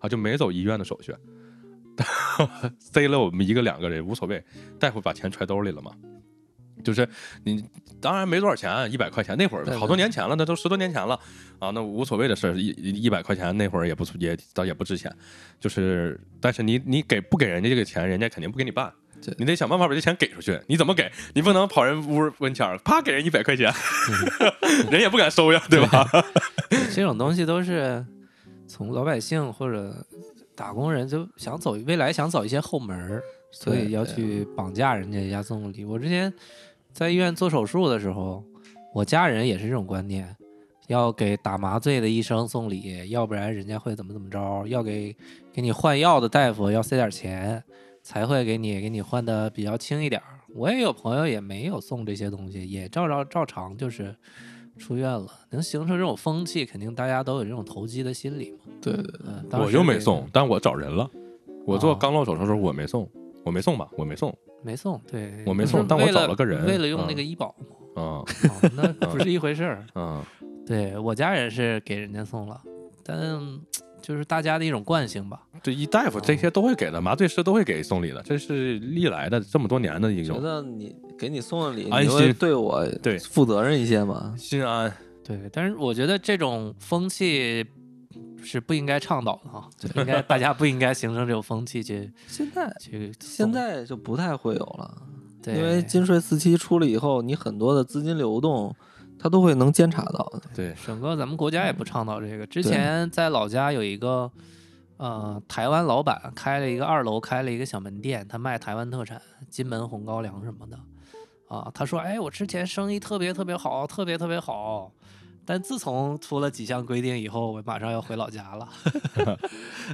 啊，就没走医院的手续。 塞了我们一个两个人也无所谓，待会把钱揣兜里了嘛。就是你当然没多少钱，一百块钱那会儿
对
好多年前了，那都十多年前了啊，那无所谓的事儿，一一一百块钱那会儿也不也倒也不值钱，就是但是你你给不给人家这个钱，人家肯定不给你办
对。
你得想办法把这钱给出去，你怎么给？你不能跑人屋门前儿啪给人一百 块钱， 人也不敢收呀，对吧？
这种东西都是从老百姓或者打工人就想走未来想走一些后门儿，所以要去绑架人家押送礼。我之前在医院做手术的时候，我家人也是这种观念，要给打麻醉的医生送礼，要不然人家会怎么怎么着，要给给你换药的大夫要塞点钱，才会给你给你换的比较轻一点儿。我也有朋友也没有送这些东西，也照照照常就是出院了。能形成这种风气，肯定大家都有这种投机的心理嘛。
对对对，
嗯，当
我
时
又没
这
送，，但我找人了。我做
哦
肛瘘手术的时候我没送，我没送吧，我没送
没送，对，
我没
就是
送但我
为
找了个人
为了用那
嗯
个医 保嘛，
啊
哦那不是一回事儿。
啊！
对我家人是给人家送了，但嗯就是大家的一种惯性吧。
这一大夫这些都会给的，麻醉师都会给送礼的，这是历来的这么多年的一
觉
种哎
得你给你送的礼，
安
你会
心
对我
对
负责任一些嘛？
心安。
对，但是我觉得这种风气是不应该倡导的哈，就应该大家不应该形成这种风气去
现在
去送。
现在就不太会有了，
对，
因为金税四期出了以后，你很多的资金流动，它都会能监察到的。
对，
整个咱们国家也不倡导这个。之
对
前在老家有一个，呃，台湾老板开了一个二楼开了一个小门店，他卖台湾特产，金门红高粱什么的。啊，他说：“哎，我之前生意特别特别好，特别特别好，但自从出了几项规定以后，我马上要回老家了。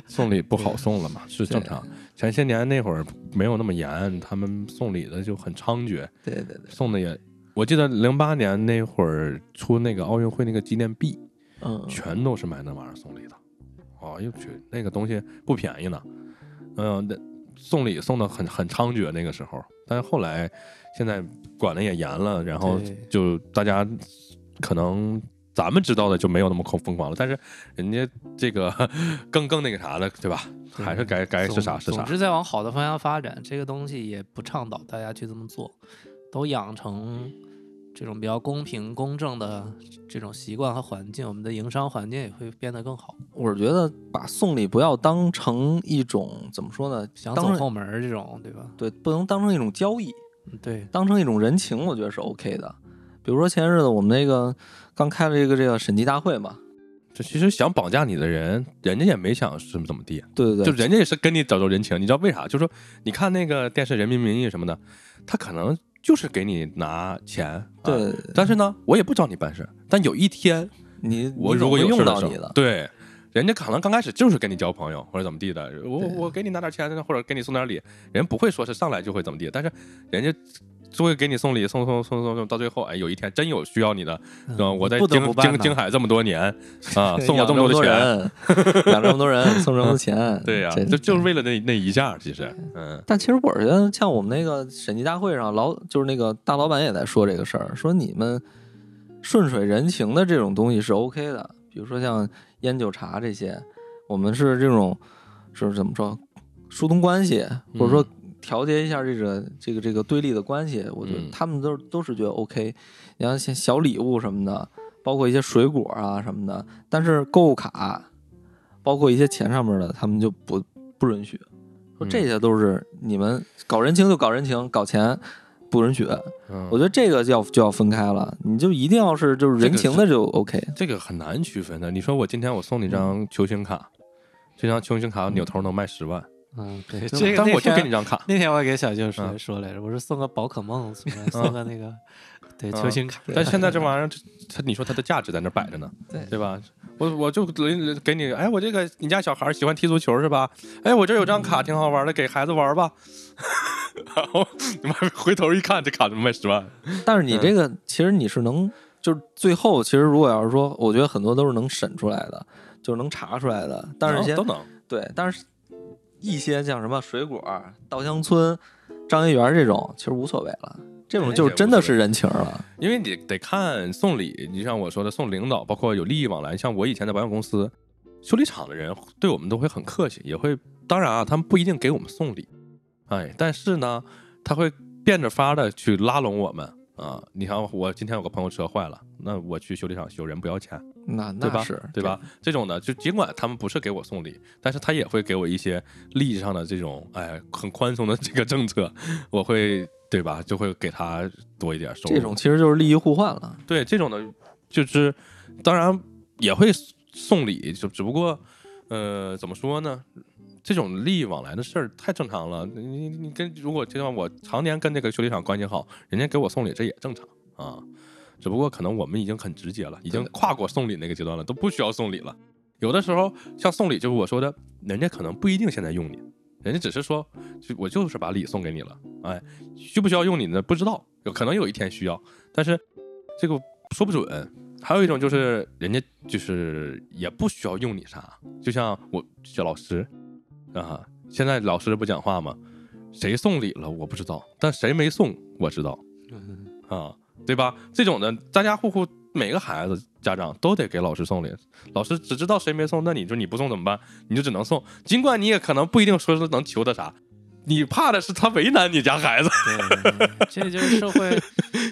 送礼不好送了嘛，是正常。前些年那会儿没有那么严，他们送礼的就很猖獗，
对对对，
送的也。我记得零八年那会儿出那个奥运会那个纪念币，
嗯，
全都是买那玩意儿送礼的。哦，又去那个东西不便宜呢。嗯、那送礼送的很很猖獗那个时候，但是后来现在管的也严了，然后
对
就大家可能咱们知道的就没有那么疯疯狂了，但是人家这个 更更那个啥的，对吧？还是该该是啥
总
是啥
总。之，在往好的方向发展，这个东西也不倡导大家去这么做，都养成这种比较公平公正的这种习惯和环境，我们的营商环境也会变得更好。
我觉得把送礼不要当成一种怎么说呢？
想
当
走
成
后门儿这种，对吧？
对，不能当成一种交易，
嗯对，
当成一种人情，我觉得是 OK 的。比如说前些日子我们那个刚开了这个这个审计大会嘛，
这其实想绑架你的人，人家也没想怎么怎么地，
对对
就
对，
人家也是跟你找着人情，你知道为啥？就是说，你看那个电视《人民名义》什么的，他可能就是给你拿钱，啊
对对对
但是呢，我也不找你办事，但有一天
你
我
你
如果
总
有
会用
事的
到
时候，
你的，
对，人家可能刚开始就是跟你交朋友或者怎么地的，我
对
我给你拿点钱或者给你送点礼，人不会说是上来就会怎么地，但是人家。就会给你送礼，送送送送送，到最后，哎，有一天真有需要你的，
嗯
对吧？我在
不得
京
不办
京
呢
京海这么多年啊，送我
养
这么
这
多的钱，
人， 养这么多人，送这么多钱，
对呀、
这
就就是为了那那一下，其实，嗯，
但其实我觉得，像我们那个审计大会上，老就是那个大老板也在说这个事儿，说你们顺水人情的这种东西是 OK 的，比如说像烟酒茶这些，我们是这种是怎么说，疏通关系，或者说
嗯
调节一下这个这个这个对立的关系，我觉得
嗯
他们都都是觉得 OK。你像像小礼物什么的，包括一些水果啊什么的，但是购物卡，包括一些钱上面的，他们就不不允许。说
嗯
这些都是你们搞人情就搞人情，搞钱不允许。
嗯
我觉得这个就要就要分开了，你就一定要是就是人情的就 OK。
这个很难区分的。你说我今天我送你
嗯
张球星卡，这张球星卡扭头能卖十万，
嗯， 对，
对吧但我就给你
你。
张卡，
那天我也给小舅说、
嗯
说来着，我说送个宝可梦，送 个送个那个，对，球
嗯
星卡。
但现 在 这玩意儿，这它你说它的价值在那儿摆着呢，
对
对吧？我我就给你，哎，我这个你家小孩喜欢踢足球是吧？哎，我这有张
嗯
卡挺好玩的，给孩子玩吧。 然后你妈回头一看，这卡怎么卖十万？
但是你
嗯
这个其实你是能，就是最后其实如果要是说，我觉得很多都是能审出来的，就是能查出来的。但是一些
哦都能
对，但是一些像什么水果、稻香村、张一元这种，其实无所谓了。这
哎
种就是真的是人情了，
因为你得看送礼，你像我说的送领导，包括有利益往来，像我以前在保险公司，修理厂的人对我们都会很客气，也会当然啊，他们不一定给我们送礼，哎，但是呢，他会变着法儿的去拉拢我们啊。你看，我今天有个朋友车坏了，那我去修理厂修，人不要钱，
那
对吧
那是
对吧？？这种的，就尽管他们不是给我送礼，但是他也会给我一些利益上的这种，哎，很宽松的这个政策，我会对吧？就会给他多一点收入。
这种其实就是利益互换了。
对这种的，就是当然也会送礼，就只不过呃，怎么说呢？这种利益往来的事儿太正常了。你你你跟如果就像我常年跟这个修理厂关系好，人家给我送礼，这也正常啊。只不过可能我们已经很直接了，已经跨过送礼那个阶段了，都不需要送礼了。有的时候像送礼，就是我说的，人家可能不一定现在用你，人家只是说，就我就是把礼送给你了，哎，需不需要用你呢？不知道，有可能有一天需要，但是这个说不准。还有一种就是人家就是也不需要用你啥，就像我这老师啊，现在老师不讲话吗？谁送礼了我不知道，但谁没送我知道
嗯
啊，对吧？这种的家家户户每个孩子家长都得给老师送礼，老师只知道谁没送，那你说你不送怎么办？你就只能送，尽管你也可能不一定说是能求他啥，你怕的是他为难你家孩子，
对，这就是社会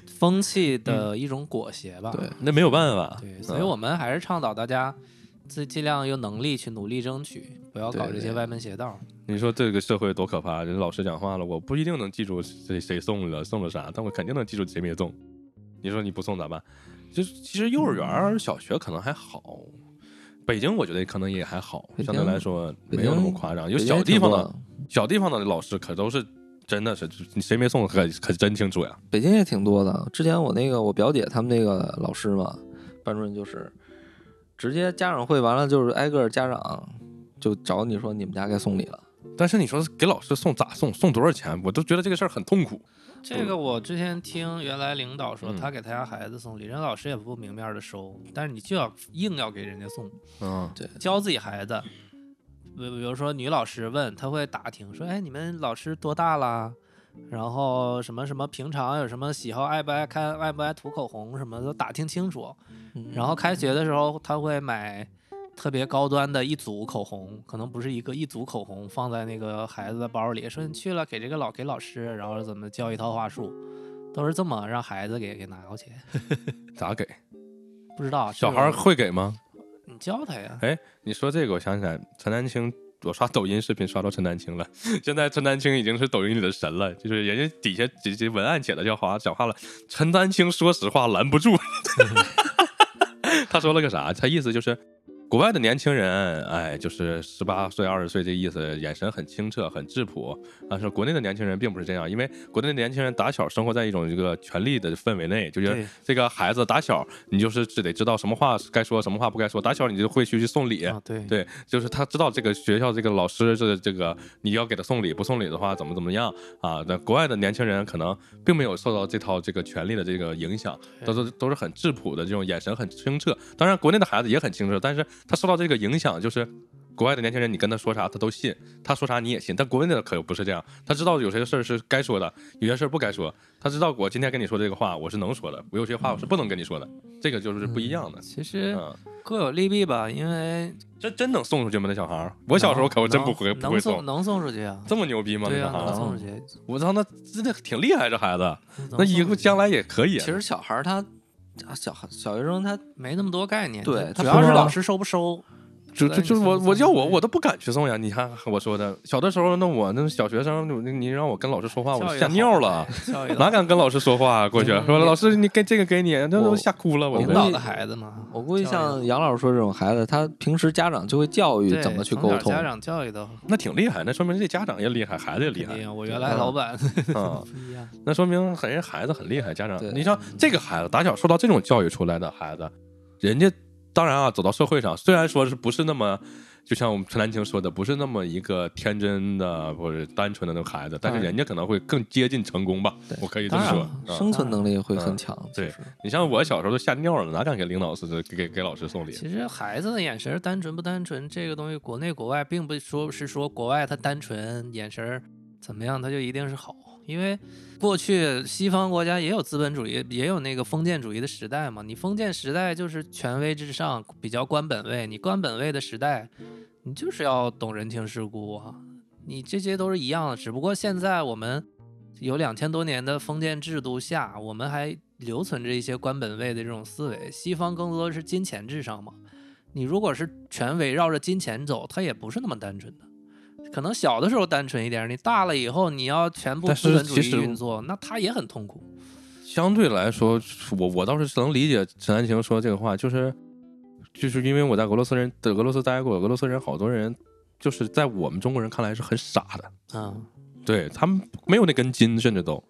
风气
嗯
的一种裹挟吧。
对
那没有办法。
对，所以我们还是倡导大家自尽量有能力去努力争取，不要搞
对
这些
对
歪门邪道。
你说这个社会多可怕！人老师讲话了，我不一定能记住谁谁送了送了啥，但我肯定能记住谁没送。你说你不送咋办？就是其实幼儿园儿、小学可能还好，北京我觉得可能也还好，
北京
相对来说
北
没有那么
京
夸张。有小地方的小地方的老师可都是真的是谁没送可可真清楚呀。
北京也挺多的。之前我那个我表姐他们那个老师嘛，班主任就是直接家长会完了，就是挨个儿家长就找你说你们家该送礼了。
但是你说给老师送咋送？送多少钱？我都觉得这个事儿很痛苦。
这个我之前听原来领导说，
嗯
他给他家孩子送礼，人老师也不明面的收，但是你就要硬要给人家送，
嗯，
教自己孩子。比比如说女老师问，他会打听说，哎，你们老师多大啦？然后什么什么平常有什么喜好，爱不爱看，爱不爱涂口红什么的，都打听清楚。
嗯
然后开学的时候，他会买特别高端的一组口红，可能不是一个，一组口红放在那个孩子的包里，说你去了给这个老给老师，然后怎么教一套话术，都是这么让孩子给给拿过去。
咋给？
不知道
小孩儿
这种
会给吗？
你教他呀，
你说这个，我想起来，陈丹青，我刷抖音视频刷到陈丹青了。 现在陈丹青已经是抖音里的神了，就是人家底下直接文案写的叫好讲话了。陈丹青说实话拦不住， 他说了个啥？他意思就是。国外的年轻人，哎，就是十八岁、二十岁这意思，眼神很清澈、很质朴。但是国内的年轻人并不是这样，因为国内的年轻人打小生活在一种这个权力的氛围内，就是
对
这个孩子打小你就是只得知道什么话该说，什么话不该说，打小你就会去去送礼，
啊对
对，就是他知道这个学校这个老师这这个你要给他送礼，不送礼的话怎么怎么样啊？那国外的年轻人可能并没有受到这套这个权利的这个影响，都是都是很质朴的这种眼神很清澈。当然，国内的孩子也很清澈，但是他受到这个影响就是。国外的年轻人，你跟他说啥他都信，他说啥你也信。但国内的可不是这样，他知道有些事儿是该说的，有些事儿不该说。他知道我今天跟你说这个话，我是能说的；我有些话我是不能跟你说的，这个就是不一样的。
其实
嗯，
各有利弊吧，因为
这真能送出去吗？那小孩儿，我小时候可我真不
能
会不会
能
送，
能送出去啊，
这么牛逼吗？
对
那
呀、
小
啊，
孩
能
儿，
送出去，
我操，那真的挺厉害，这孩子，
能
那
送
以
出
后
去
将来也可以。
其实小孩儿他啊小孩小学生他
没那么多概念，
对
他
他
主要
不
是
知道
老师收不收，
就
对
就就是
你
我
送
我
送
要我
对
我都不敢去送呀！你看我说的，小的时候那我那小学生，你你让我跟老师说话，我
教
都
育
吓
好
尿了，
教育
哪敢跟老师说话啊？过去
嗯
说老师，你给这个给你，那都
我
吓哭了，
我
我
领
都
估
导
计
的孩子嘛，
我估计
教育好
像杨老师说这种孩子，他平时家长就会教育
对
怎么去
从
沟
小
通
家。长教育的
那挺厉害，那说明这家长也厉害，孩子也厉
肯
害
定。我原来老板
啊。
不一样，
那说明人家孩子很厉害，家长
对。
你像这个孩子打小受到这种教育出来的孩子，人家当然啊，走到社会上，虽然说是不是那么，就像我们陈丹青说的，不是那么一个天真的或者单纯的那种孩子，但是
当然
人家可能会更接近成功吧
哎对，
我可以这
当
么
然
说
了。
啊
生存能力会很
嗯
强。
对
其实
你像我小时候都吓尿了，哪敢给领导是给给给老师送礼？
其实孩子的眼神儿单纯不单纯，这个东西国内国外并不说是说国外他单纯眼神儿怎么样，他就一定是好。因为过去西方国家也有资本主义，也有那个封建主义的时代嘛。你封建时代就是权威至上，比较官本位。你官本位的时代，你就是要懂人情世故啊，你这些都是一样的，只不过现在我们有两千多年的封建制度下，我们还留存着一些官本位的这种思维。西方更多的是金钱至上嘛，你如果是全围绕着金钱走，它也不是那么单纯的。可能小的时候单纯一点，你大了以后你要全部
但
资
是
本主
其
义
实
运作，那他也很痛苦。
相对来说，我我倒是能理解陈安晴说这个话，就是就是因为我在俄罗斯人在俄罗斯待过，俄罗斯人好多人就是在我们中国人看来是很傻的，
嗯，
对他们没有那根筋，甚至都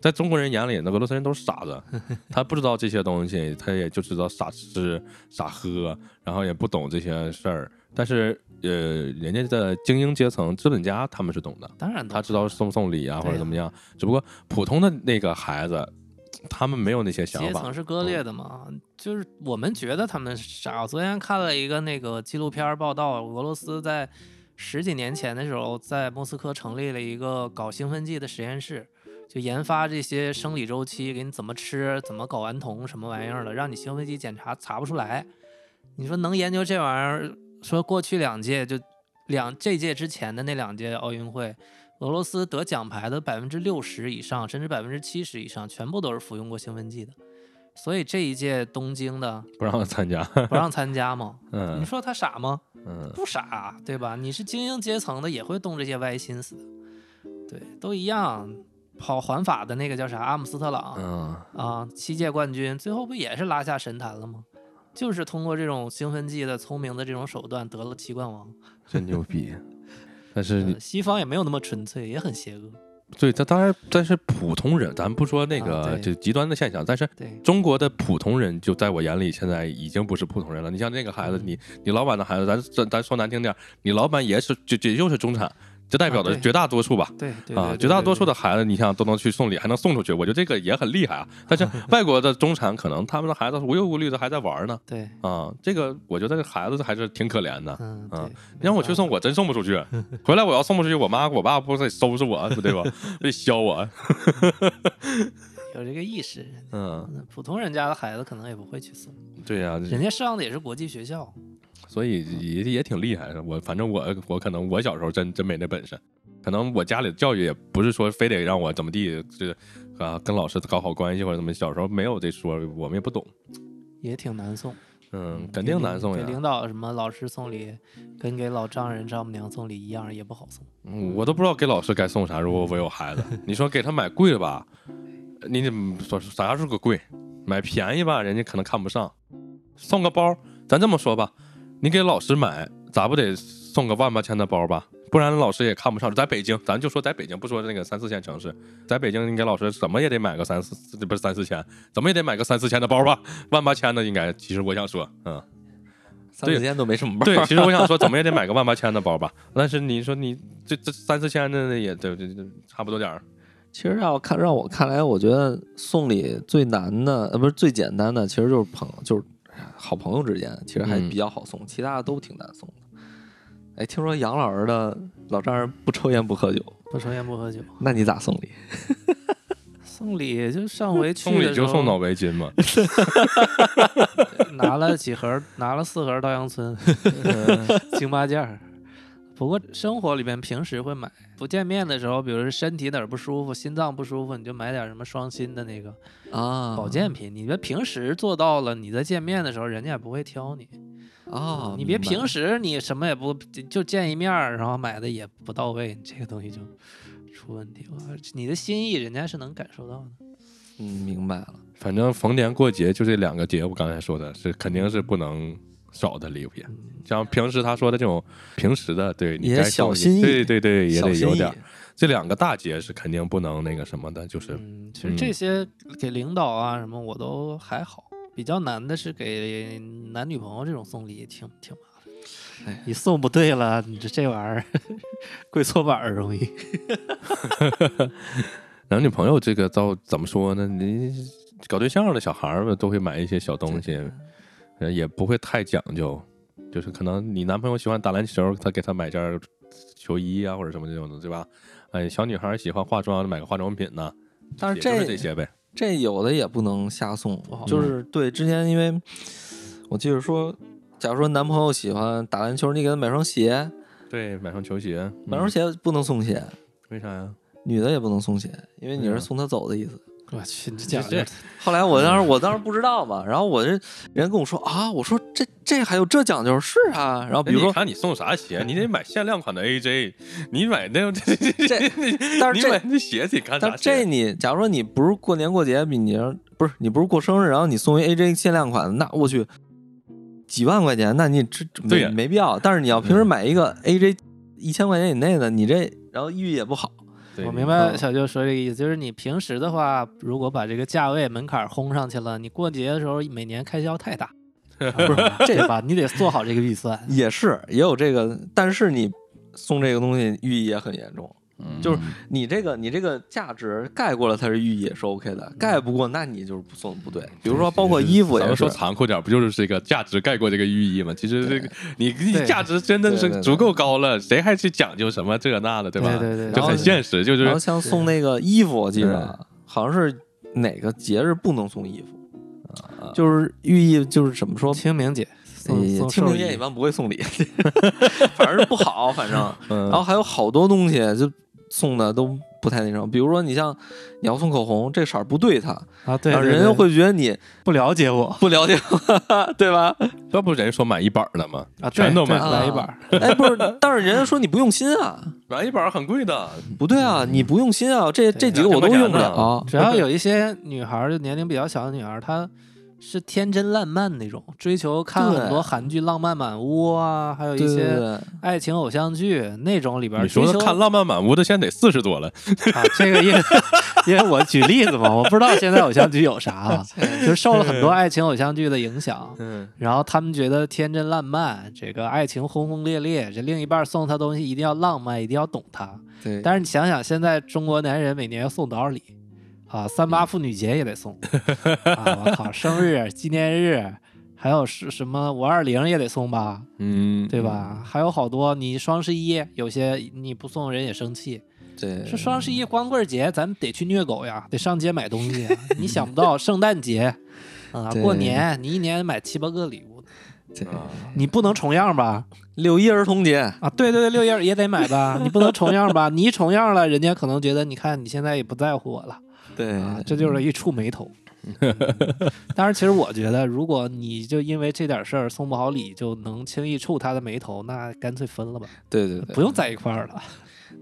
在中国人眼里，那俄罗斯人都是傻子，他不知道这些东西，他也就知道傻吃傻喝，然后也不懂这些事儿。但是呃，人家的精英阶层、资本家他们是懂的，
当然
他
的，
知道送不送礼啊，
对
或者
呀
怎么样。只不过普通的那个孩子，他们没有那些想
阶
法嗯
层。是割裂的嘛，就是我们觉得他们傻。我昨天看了一个那个纪录片儿报道，俄罗斯在十几年前的时候，在莫斯科成立了一个搞兴奋剂的实验室，就研发这些生理周期，给你怎么吃、怎么睾丸酮什么玩意儿的，让你兴奋剂检查查不出来。你说能研究这玩意儿？说过去两届就两这届之前的那两届奥运会，俄罗斯得奖牌的百分之六十以上，甚至百分之七十以上，全部都是服用过兴奋剂的。所以这一届东京 的
不让 参加，
不让参加 嘛？你
嗯
说他傻吗？
嗯，
不傻，对吧？你是精英阶层的，也会动这些歪心思的，对，都一样。跑环法的那个叫啥？阿姆斯特朗，
嗯，
啊，七届冠军，最后不也是拉下神坛了吗？就是通过这种兴奋剂的聪明的这种手段得了七冠王。
真牛逼。但是 你
呃西方也没有那么纯粹，也很邪恶。
对，他当然，但是普通人，咱不说那个、
啊对
就极端的现象，但是
对，
中国的普通人，就在我眼里，现在已经不是普通人了。你像那个孩子，
嗯
你你老板的孩子，咱咱咱说难听点儿，你老板也是就也就是中产，这代表的
啊
是
对
绝大多数吧。
对对
啊
对，
绝大多数
对
的孩子，你像都能去送礼，还能送出去，我觉得这个也很厉害啊。但是外国的中产可能他们的孩子无忧无虑的还在玩呢，
对，对
啊，这个我觉得孩子还是挺可怜的。
嗯，
啊
对。
你让我去送，我真送不 出去。回来我要送不出去，我妈我爸不得收拾我，不对吧？ 得削我。
有这个意识。
嗯，
嗯普通人家的孩子可能也不会去送，
对呀、
人家上的也是国际学校。
所以也也挺厉害的。我反正我我可能我小时候真真没那本事，可能我家里的教育也不是说非得让我怎么地，就是啊跟老师搞好关系或者怎么。小时候没有这说，我们也不懂。
也挺难送，
嗯，肯定
给领
难送
给领
呀！
导什么老师送礼，跟给老丈人丈母娘送礼一样，也不好送。
嗯我都不知道给老师该送啥。如果我有孩子，你说给他买贵了吧，你得说啥时候个贵？买便宜吧，人家可能看不上。送个包，咱这么说吧，你给老师买，咋不得送个万八千的包吧？不然老师也看不上。在北京，咱就说在北京，不说那个三四线城市，在北京，你给老师怎么也得买个三四，不是三四千，怎么也得买个三四千的包吧？万八千的应该，其实我想说，嗯。
三四天都没什么包。
对，其实我想说，怎么也得买个万八千的包吧。但是你说你这这三四千的也对，这这差不多点儿。
其实要看让我看来，我觉得送礼最难的，呃，不是最简单的，其实就是朋友，就是好朋友之间，其实还
嗯
比较好送，其他的都挺难送的。哎，听说杨老师的老丈人不抽烟不喝酒，
不抽烟不喝酒，
那你咋 送礼？
送礼就上回去
送
的
礼
时
就
候
送脑围巾嘛，
拿了几盒，拿了四盒稻香村京八件儿。不过生活里边平时会买，不见面的时候，比如说身体哪儿不舒服、心脏不舒服，你就买点什么双心的那个
啊
保健品。你别平时做到了，你在见面的时候人家也不会挑你。
啊，
你别
明白
平时你什么也不就见一面儿，然后买的也不到位，这个东西就出问题了。你的心意人家是能感受到的。
嗯，明白了。
反正逢年过节就这两个节，我刚才说的是肯定是不能少的礼品。像平时他说的这种平时的，对
嗯
你
也
该送
小
的
心翼
对对对，也
小
得
心
有
翼
点儿
翼。
这两个大节是肯定不能那个什么的，就是
嗯，其实这些给领导啊什么我都还好，比较难的是给男女朋友这种送礼挺挺麻烦。你送不对了，你这这玩意儿 跪搓板儿容易。
男女朋友这个倒怎么说呢？你搞对象的小孩儿们都会买一些小东西，呃也不会太讲究。就是可能你男朋友喜欢打篮球，他给他买件儿球衣啊或者什么这种的，对吧？哎，小女孩儿喜欢化妆，买个化妆品呢。
但是
也就是这
这
些呗，
这有的也不能瞎送
不好，
就是对之前因为我记得说假如说男朋友喜欢打篮球，你给他买双鞋，
对，买双球鞋，
买双
嗯
鞋，
鞋不能送鞋，
为啥呀？
女的也不能送鞋，因为你
嗯
是送她走的意思。
我去，你这讲
这
的
后来我
嗯
当时我当时不知道嘛，然后我这人跟我说啊，我说这这还有这讲究是啊，然后比如
哎你
说，
看你送 啥鞋，你得买限量款的 AJ，你买那这
这但
你
是
买
这
那鞋得看啥
但这
鞋？
你假如说你不是过年过节，比你不是你不是过生日，然后你送一 AJ 限量款，那我去几万块钱，那你这这
对
没
呀嗯
没必要。但是你要平时买一个 AJ 一千块钱以内的，你这然后寓意也不好。
对
我明白
嗯
小舅说这个意思，就是你平时的话，如果把这个价位门槛儿轰上去了，你过节的时候每年开销 太大，啊不是这吧？你得做好这个预算。
也是也有这个，但是你送这个东西寓意也很严重，
嗯
就是你这个你这个价值盖过了它是寓意是 OK 的，盖不过那你就是不送不对。比如说包括衣服
咱
也
们
是
说，残酷点儿，不就是这个价值盖过这个寓意吗？其实这个你你
对
价值真的
对对
是
对
足够高了，谁还去讲究什么这那 的，对吧？
对对对
就很现实，就
然
是
后像送那个衣服，我记得好像是哪个节日不能送衣服，就是寓意就是怎么说？
清明节送
哎
送
清
寿
明节一
衣，
般不会送礼，反正是不好，反正。
嗯
然后还有好多东西就送的都不太那什么，比如说你像你要送口红，这色儿不对它，
啊，对，
然后
对
人
对
家会觉得你
不了解我
不了解， 对吧？
要不人说买一板儿的吗？
啊，
全
对
都
对
买
来一
啊
板儿，
哎，不是，但是人家说你不用心啊，
买一板儿很贵的，
不对
嗯
啊，你不用心啊，这这几个我都用不了啊。
主要有一些女孩儿，就年龄比较小的女孩儿，她是天真烂漫那种，追求看
对
很多韩剧《浪漫满屋》啊，还有
对
一
对
些
对，
爱情偶像剧那种里边儿
你
追
说
求
看《浪漫满屋》的，现在得四十多了，
啊，这个因为因为我举例子嘛，我不知道现在偶像剧有啥啊，就是受了很多爱情偶像剧的影响，
嗯，
然后他们觉得天真烂漫，这个爱情轰轰烈烈，这另一半送他东西一定要浪漫，一定要懂他。
对
但是你想想，现在中国男人每年要送多少礼啊？三八妇女节也得送啊！我靠，生日、纪念日，还有是什么五二零也得送吧，
嗯，
对吧？还有好多，你双十一有些你不送人也生气。
对
是双十一、光棍节，咱们得去虐狗呀，得上街买东西 啊。你想不到圣诞节啊，
对
过年你一年买七八个礼物，
对
啊
你不能重样吧？
六一儿童节，
啊，对对对，六一儿也得买吧，你不能重样吧？你一重样了，人家可能觉得你看你现在也不在乎我了
对
啊，这就是一触眉 头。当然，其实我觉得，如果你就因为这点事儿送不好礼，就能轻易触他的眉头，那干脆分了吧，
对对对。
不用在一块儿了。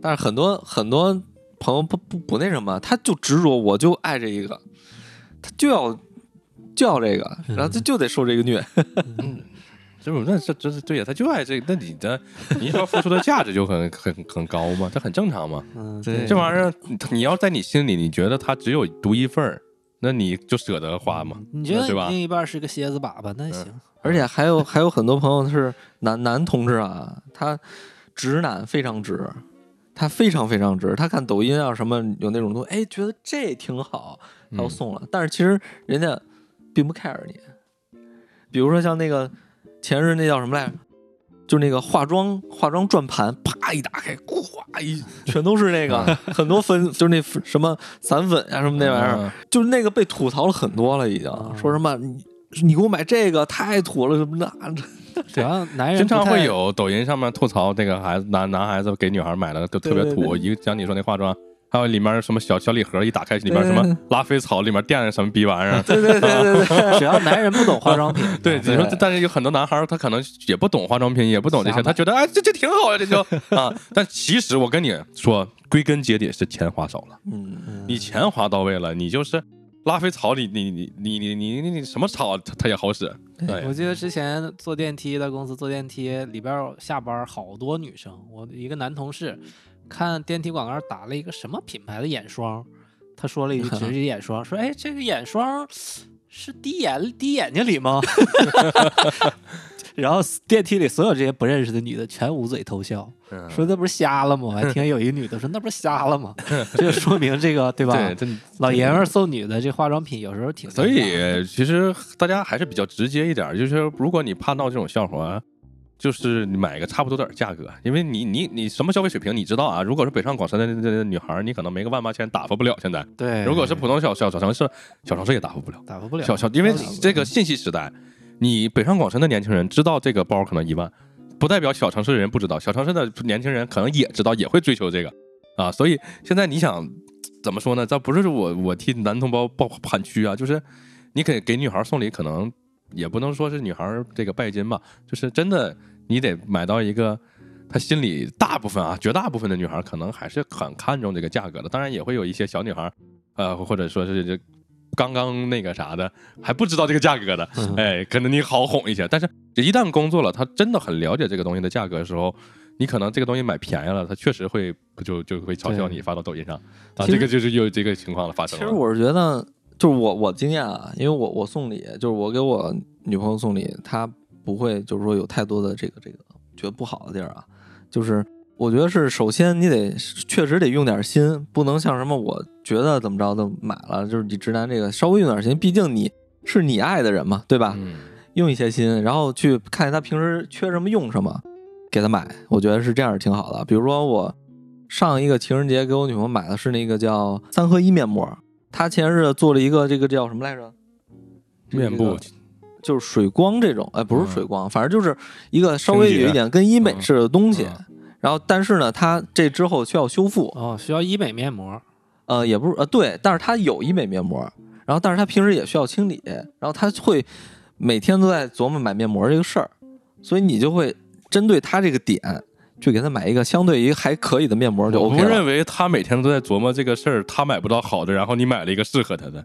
但是很多很多朋友不不不那什么，他就执着，我就爱这一个，他就要就要这个，然后
嗯
他就得受这个虐。
这不，那这这是对呀，他就爱这，那你 的你要付出的价值就很很很高嘛，这很正常嘛。
嗯，
对
这玩意儿，你你要在你心里，你觉得它只有独一份儿，那你就舍得花嘛，
你觉得
对吧嗯
另一半是个蝎子粑粑，那行。
而且还有还有很多朋友是男男同志啊，他直男非常直，他非常非常直。他看抖音啊什么有那种东西，哎，觉得这挺好，
嗯
他就送了。但是其实人家并不 care 你。比如说像那个前日那叫什么来着？就那个化妆化妆转盘，啪一打开，咵一全都是那个 很多粉，就是那粉什么散粉呀、什么那玩意儿，
嗯
就是那个被吐槽了很多了，已经、说什么你你给我买这个太土了什么的，
主要男人
经常
不太
会有抖音上面吐槽那个孩子男男孩子给女孩买了就特别
对对
土，一个像你说那化妆，还有里面什么小小礼盒，一打开里面什么
对
拉菲草，里面垫着什么逼玩意儿。，
对对对对 对，
只要男人不懂化妆品
对，你说
对，
但是有很多男孩儿他可能也不懂化妆品，也不懂这
瞎
些，
买
他觉得哎，这这挺好呀，这就啊。但其实我跟你说，归根结底是钱花少了。
嗯，
你钱花到位了，你就是拉菲草里，你你你你你你你什么草它它也好使。对
我，记得之前坐电梯在公司坐电梯里边儿下班儿好多女生，我一个男同事看电梯广告打了一个什么品牌的眼霜，他说了一句指着眼霜说：“哎，这个眼霜是滴眼 滴眼睛里吗？”然后电梯里所有这些不认识的女的全捂嘴偷笑，说那不是瞎了吗？我还听有一女的说那不是瞎了吗？这就说明这个对吧？
对，真
老爷们儿送女的这化妆品有时候挺尴尬，
所以其实大家还是比较直接一点儿，就是如果你怕闹这种笑话，就是你买个差不多点儿价格，因为你你你什么消费水平你知道啊？如果是北上广深的那那女孩儿，你可能没个万八千打发不了。现在
对，
如果是普通小小小城市，小城市也打发不了。
打发不了
小小，因为
道理
这个信息时代，你北上广深的年轻人知道这个包可能一万，不代表小城市的人不知道，小城市的年轻人可能也知道，也会追求这个啊。所以现在你想怎么说呢？这不是我我替男同胞抱喊屈啊，就是你给给女孩送礼，可能也不能说是女孩这个拜金吧，就是真的你得买到一个。她心里大部分啊，绝大部分的女孩可能还是很看重这个价格的。当然也会有一些小女孩，呃，或者说是这刚刚那个啥的，还不知道这个价格的，
嗯
哎，可能你好哄一些。但是一旦工作了，他真的很了解这个东西的价格的时候，你可能这个东西买便宜了，他确实会就就会嘲笑你发到抖音上啊，
其实
这个就是有这个情况了发
其实
生了。
我是觉得，就是我我经验啊，因为我我送礼，就是我给我女朋友送礼，她不会就是说有太多的这个这个觉得不好的地儿啊，就是我觉得是首先你得确实得用点心，不能像什么我觉得怎么着就买了，就是你直男这个稍微用点心，毕竟你是你爱的人嘛，对吧？
嗯，
用一些心，然后去看看他平时缺什么用什么，给他买。我觉得是这样挺好的。比如说我上一个情人节给我女朋友买的是那个叫三合一面膜，她前日做了一个这个叫什么来着？嗯
面部
就是水光这种，哎，不是
嗯
水光，反正就是一个稍微有一点跟医美似的东西。
嗯
然后，但是呢，它这之后需要修复，
哦，需要医美面膜，
呃，也不是呃，对，但是它有医美面膜，然后但是它平时也需要清理，然后它会每天都在琢磨买面膜这个事儿，所以你就会针对它这个点去给它买一个相对于还可以的面膜就
我
OK
不
了。
认为他每天都在琢磨这个事儿，他买不到好的，然后你买了一个适合他的。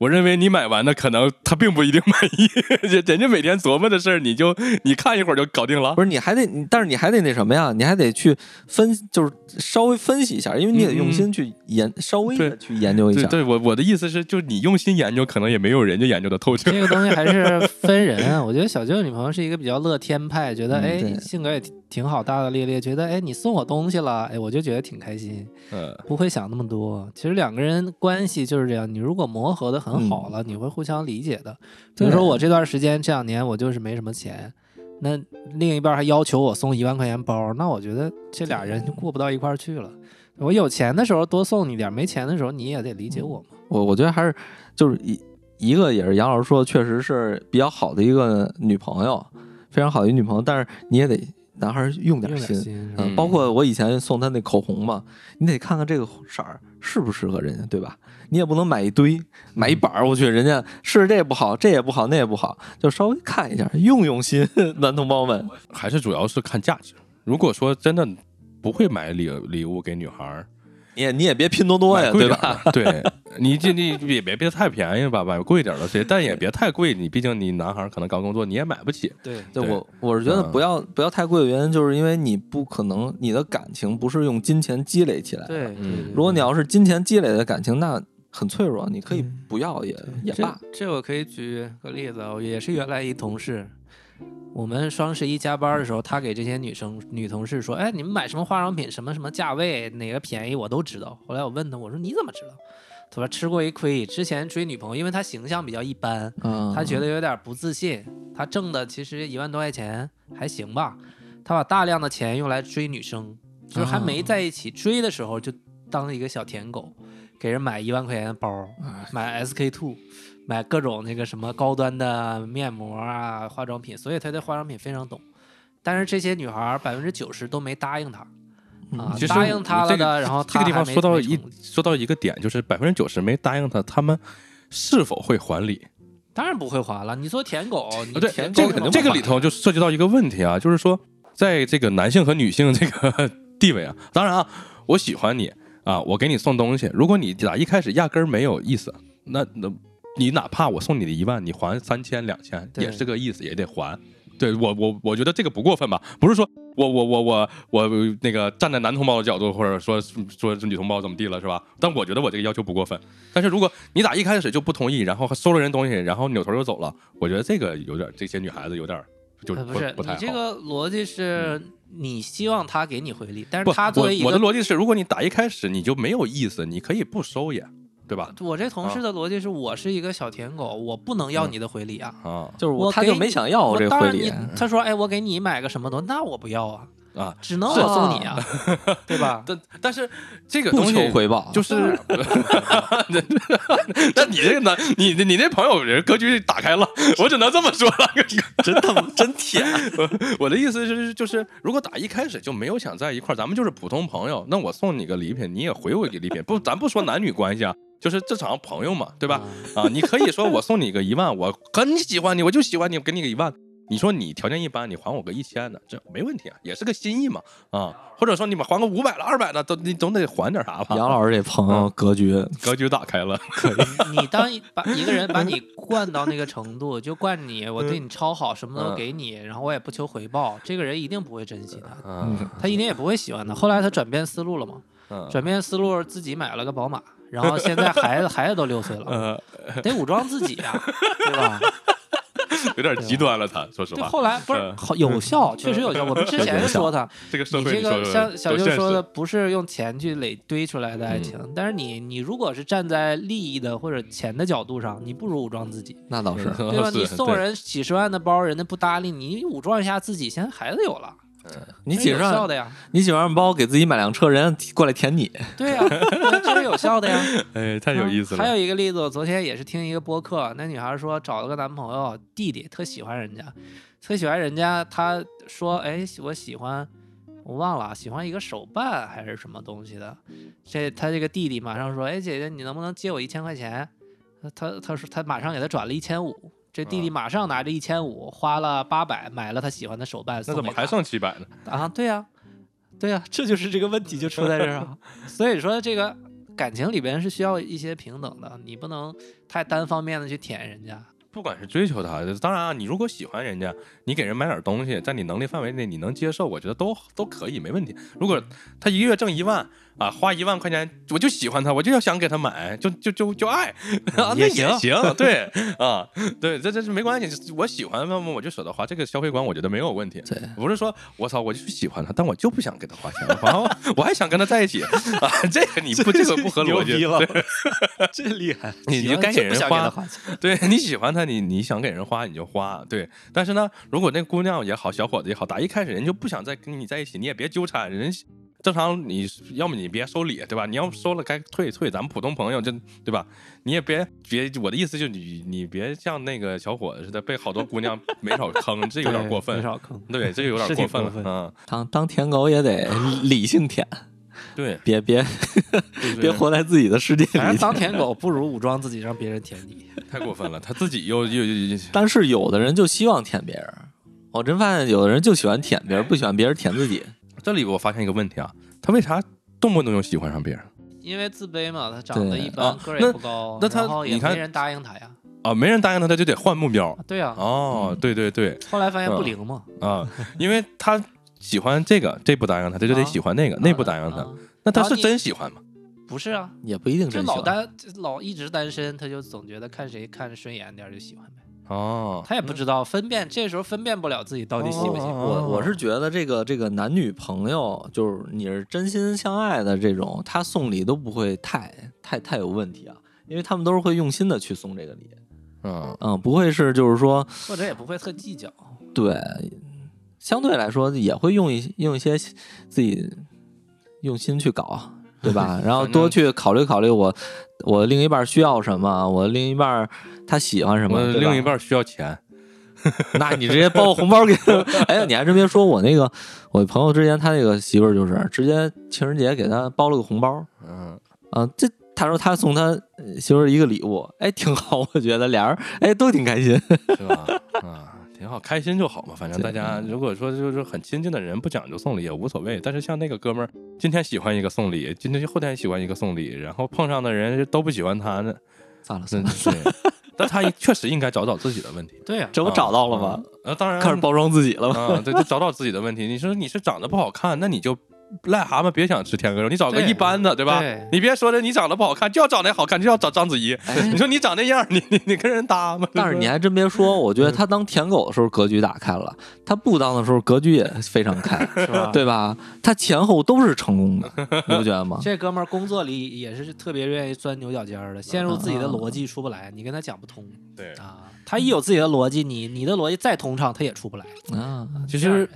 我认为你买完的可能他并不一定满意，人人家每天琢磨的事儿，你就你看一会儿就搞定了
不。是，你还得，你但是你还得那什么呀？你还得去分，就是稍微分析一下，因为你得用心去研，稍微的
嗯对
去研究一
对
下。
对，我我的意思是，就是你用心研究，可能也没有人家研究的透彻。
这个东西还是分人啊。我觉得小舅女朋友是一个比较乐天派，觉得
嗯对
哎性格也挺挺好，大大咧咧，觉得哎你送我东西了，哎我就觉得挺开心，
嗯，
不会想那么多。其实两个人关系就是这样，你如果磨合的很好了，你会互相理解的。比如说
嗯对
我这段时间这两年我就是没什么钱，那另一半还要求我送一万块钱包，那我觉得这俩人就过不到一块儿去了。我有钱的时候多送你点儿，没钱的时候你也得理解
嗯
我嘛。
我我觉得还是就是一一个也是杨老师说，确实是比较好的一个女朋友，非常好的一个女朋友，但是你也得男孩儿用点
用点
心。
心是吧，
嗯，包括我以前送他那口红嘛，你得看看这个色儿适不适合人家，对吧？你也不能买一堆，买一板儿，我去，人家是这不好，这也不好，那也不好，就稍微看一下，用用心， 男同胞们。
还是主要是看价值。如果说真的不会买礼礼物给女孩儿，
你也你也别拼多多呀，
买贵
对
点
吧？
儿的？对，你这你也别别太便宜吧，买贵点儿的，谁但也别太贵，你毕竟你男孩儿可能刚工作，你也买不起。
对，
对
对
我我是觉得
嗯
不要、不要太贵的原因，就是因为你不可能你的感情不是用金钱积累起来的，
对，
嗯
如果你要是金钱积累的感情，那很脆弱，你可以不要也、也
这
罢。
这我可以举个例子，啊，也是原来一同事，我们双十一加班的时候，他给这些女生女同事说：“哎，你们买什么化妆品，什么什么价位，哪个便宜，我都知道。”后来我问他，我说：“你怎么知道？”他说：“吃过一亏，之前追女朋友，因为她形象比较一般，
嗯，
他觉得有点不自信，他挣的其实一万多块钱还行吧，他把大量的钱用来追女生，就是还
嗯
没在一起追的时候就当一个小舔狗，给人买一万块钱的包，
哎
买 SK two，买各种那个什么高端的面膜啊、化妆品，所以他对化妆品非常懂。但是这些女孩百分之九十都没答应他，
嗯
啊
其，实
答应他了
这个
的，然后
这
他
个地
还
方
没
说到
没
一
成
说到一个点，就是百分之九十没答应他，他们是否会还礼？
当然不会还了。你做舔狗，你
啊，对，
舔
这
狗
个
怎么
这个
还
里头就涉及到一个问题啊，就是说，在这个男性和女性这个 地位啊，当然啊，我喜欢你啊，我给你送东西，如果你打一开始压根儿没有意思，那那你哪怕我送你的一万，你还三千两千
对
也是个意思，也得还。对我我我觉得这个不过分吧，不是说我我我我我那个站在男同胞的角度，或者说说女同胞怎么地了是吧？但我觉得我这个要求不过分。但是如果你打一开始就不同意，然后收了人东西，然后扭头就走了，我觉得这个有点这些女孩子有点就
呃
不
不是
不
你
太好。嗯
这个逻辑是你希望他给你回礼，但
不
是他作为一
我我
个
的逻辑是，如果你打一开始你就没有意思，你可以不收也，对吧？
我这同事
啊
的逻辑是我是一个小舔狗，我不能要你的回礼啊。
啊，
就是
我
他
给
就
你
哦
没想要
我
这
当
回
然
礼
嗯
你，他说哎，我给你买个什么东西，那我不要啊。
啊，
只能我送你啊，
对吧？
但但是这个
不
东西
求回报，
就是， 那你这个男，你你这朋友人格局打开了，我只能这么说了。
真他妈真舔，
我的意思是，就是如果打一开始就没有想在一块儿，咱们就是普通朋友，那我送你个礼品，你也回我一个礼品，不，咱不说男女关系啊。就是正常朋友嘛，对吧？啊，你可以说我送你个一万，我很喜欢你，我就喜欢你，我给你个一万。你说你条件一般，你还我个一千的，这没问题啊，也是个心意嘛，啊，或者说你们还个五百了、二百的，都你总得还点啥吧？
杨老师这朋友格局，
格局打开了，
你当一把一个人把你惯到那个程度，就惯你，我
嗯
对你超好，什么都给你，然后我也不求回报，这个人一定不会珍惜他，
啊
嗯
他一定也不会喜欢他。后来他转变思路了嘛，
嗯
转变思路自己买了个宝马，然后现在孩子孩子都六岁了，
呃，
得武装自己啊， 对吧？
有点极端了他，说实
就
话，
后来不是
嗯
好有效，确实有效。我们之前就说他，
这个社
你
会
这
你说
个
说
像小
多
舅
现
说
实嗯
的，不是用钱去垒堆出来的爱情，但是你你如果是站在利益的或者钱的角度上，你不如武装自己，
那倒是，
对吧？
嗯哦是
你送
对
人几十万的包，人家不搭理你，你武装一下自己，现在孩子有了，
你
这是
几
有
十
效
万，
的呀，
你几十万包给自己买辆车，人家过来舔你，
对 呀、对这是有效的呀。
哎，太有意思
啊嗯还
了，
有一个例子，我昨天也是听一个播客，那女孩说找了个男朋友，弟弟特喜欢人家，特喜欢人家，她说，哎，我喜欢，我忘了啊，喜欢一个手办还是什么东西的。这她这个弟弟马上说，哎，姐姐，你能不能借我一千块钱？她她说她马上给他转了一千五。这弟弟
嗯
马上拿着一千五，花了八百买了他喜欢的手办送
那
给她。
怎么还剩七百呢？
啊，对呀、对呀、这就是这个问题就出在这儿 啊。所以说，这个感情里边是需要一些平等的，你不能太单方面的去舔人 家。
不管是追求他，当然啊，你如果喜欢人家，你给人买点东西，在你能力范围内你能接受，我觉得都都可以，没问题。如果他一个月挣一万啊，花一万块钱，我就喜欢他，我就要想给他买，就就就就爱，
嗯
啊、那也行，对啊，对，这这是没关系，我喜欢那么我就舍得花，这个消费观我觉得没有问题。
对，
不是说我操，我就喜欢他，但我就不想给他花钱，然 后我还想跟他在一起啊，这个你不这个不合逻辑，
了，这厉害，
你就该给人
不想给
花
他花钱，
对你喜欢他，你你想给人花你就花，对。但是呢，如果那姑娘也好，小伙子也好，打一开始人就不想再跟你在一起，你也别纠缠人。正常你要么你别收礼，对吧？你要收了该退退，咱们普通朋友这对吧？你也别别，我的意思就是你你别像那个小伙子似的，被好多姑娘没少坑，这有点过
对没
分。
少 坑。
对，这有点
是
过
挺
分
过
了，
分
嗯，
当当舔狗也得理性舔，
对，
啊别别
对
别活在自己的世界
反正
里。
当舔狗不如武装自己让别人舔你。
太过分了，他自己又又又又
但是有的人就希望舔别人，我真发现有的人就喜欢舔别人，不喜欢别人舔自己。
这里我发现一个问题啊，他为啥动不动就喜欢上别人
因为自卑嘛，他长得一
对
啊
般，个儿
那
也不高，
那他
然后也
你看
没人答应他呀。
啊？没人答应他，他就得换目标。
啊对呀、嗯
哦，对对对，
后来发现不灵嘛，
啊，因为他喜欢这个，这不答应他，他就得
啊
喜欢那个，那不答应
啊
他，
啊
那他
然后
是
你
真喜欢吗？
不是啊，
也不一定
这
真喜
老
欢。
单这老一直单身，他就总觉得看谁看顺眼点儿就喜欢呗。
哦，
他也不知道分辨，这时候分辨不了自己到底喜不喜欢。
我我
哦
是觉得这个这个男女朋友，就是你是真心相爱的这种，他送礼都不会太太太有问题啊，因为他们都是会用心的去送这个礼，
嗯，
嗯，不会是就是说
或者也不会特计较。
对，相对来说也会用一用一些自己用心去搞，对 吧？然后多去考虑考虑我我另一半需要什么，我另一半他喜欢什么
我，
对吧
另一，半需要钱，
那你直接包个红包给 他。哎呀，你还真别说，我那个我朋友之前他那个媳妇儿就是直接情人节给他包了个红包，
嗯，
啊，这他说他送他呃媳妇儿一个礼物，哎，挺好，我觉得俩人哎都挺开心。
是吧？啊，挺好，开心就好嘛。反正大家
嗯
如果说就是很亲近的人，不讲究送礼也无所谓。但是像那个哥们儿，今天喜欢一个送礼，今天后天喜欢一个送礼，然后碰上的人都不喜欢他，那
算了 算
那
了，
对。但他确实应该找找自己的问题。
对呀、
这不找到了吗？
啊，当然
开始包装自己了吗？
啊，对，就找找自己的问题。你说你是长得不好看，那你就癞蛤蟆别想吃天鹅肉，你找个
对
一般的，对吧？
对
你别说的你长得不好看，就要长得好看，就要找章子怡。
哎
你说你长那样，你你你跟人搭吗？
但是你还真别说，我觉得他当舔狗的时候格局打开了，他不当的时候格局也非常 开，
是 吧？
对吧？他前后都是成功的，你不觉 得吗？
这哥们儿工作里也是特别愿意钻牛角尖儿的，陷入自
嗯
己的逻辑出不来，你跟他讲不通
对，
啊。他一有自己的逻辑，你你的逻辑再通畅，他也出不来。
啊，
其
这样
实
人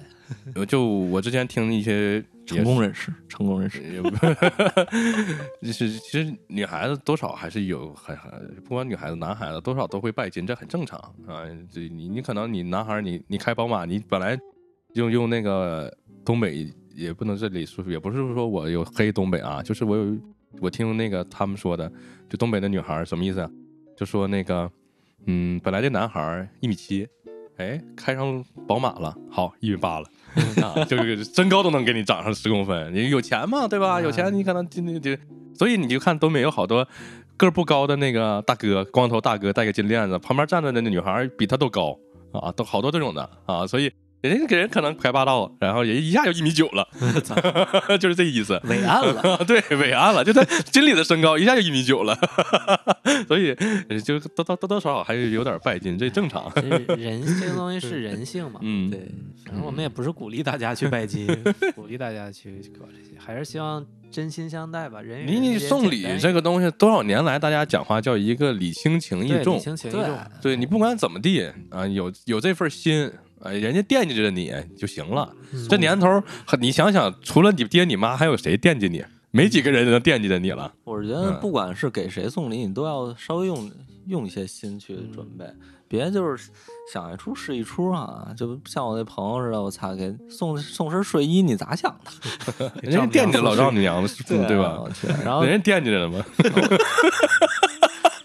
我就我之前听一些
成功人士，成功人士，
也不， 就是其实女孩子多少还是有很很，不管女孩子男孩子多少都会拜金，这很正常啊。这你你可能你男孩儿你你开宝马，你本来用用那个东北也不能这里说，也不是说我有黑东北啊，就是我有我听那个他们说的，就东北的女孩儿什么意思啊？就说那个嗯，本来这男孩一米七。哎，开上宝马了，好一米八了，啊，就是 身高都能给你长上十公分。你有钱嘛，对吧？有钱你可能就就就，所以你就看东北有好多个儿不高的那个大哥，光头大哥戴个金链子，旁边站着的那女孩比他都高啊，都好多这种的啊，所以人家给人可能排霸道，然后人家一下就一米九了， 就是这意思。
伟岸了，
啊，对，伟岸了，就他 经理的身高一下就一米九了， 所以呃就多多多多少少还是有点拜金，这 正常。。
这人这个东西是人性嘛
嗯，
对，
反正我们也不是鼓励大家去拜金，鼓励大家去搞这些，还是希望真心相待吧。人与
你
人
你
之间
送
简
礼
单一
这
点
个东西，多少年来大家讲话叫一个礼轻情意
对
重
礼，轻情意
对
重，
对啊你不管怎么地啊、有有这份心。啊，人家惦记着你就行了。
嗯
这年头儿，你想想，除了你爹你妈，还有谁惦记你？没几个人能惦记着你了。
我觉得
嗯
不管是给谁送礼，你都要稍微用用一些心去
嗯
准备，别就是想一出是一出啊！就像我那朋友似的，我操，给送送身睡衣，你咋想的？
人家惦记着老丈母娘，
啊
对吧？
我去，然后
人家惦记着呢嘛。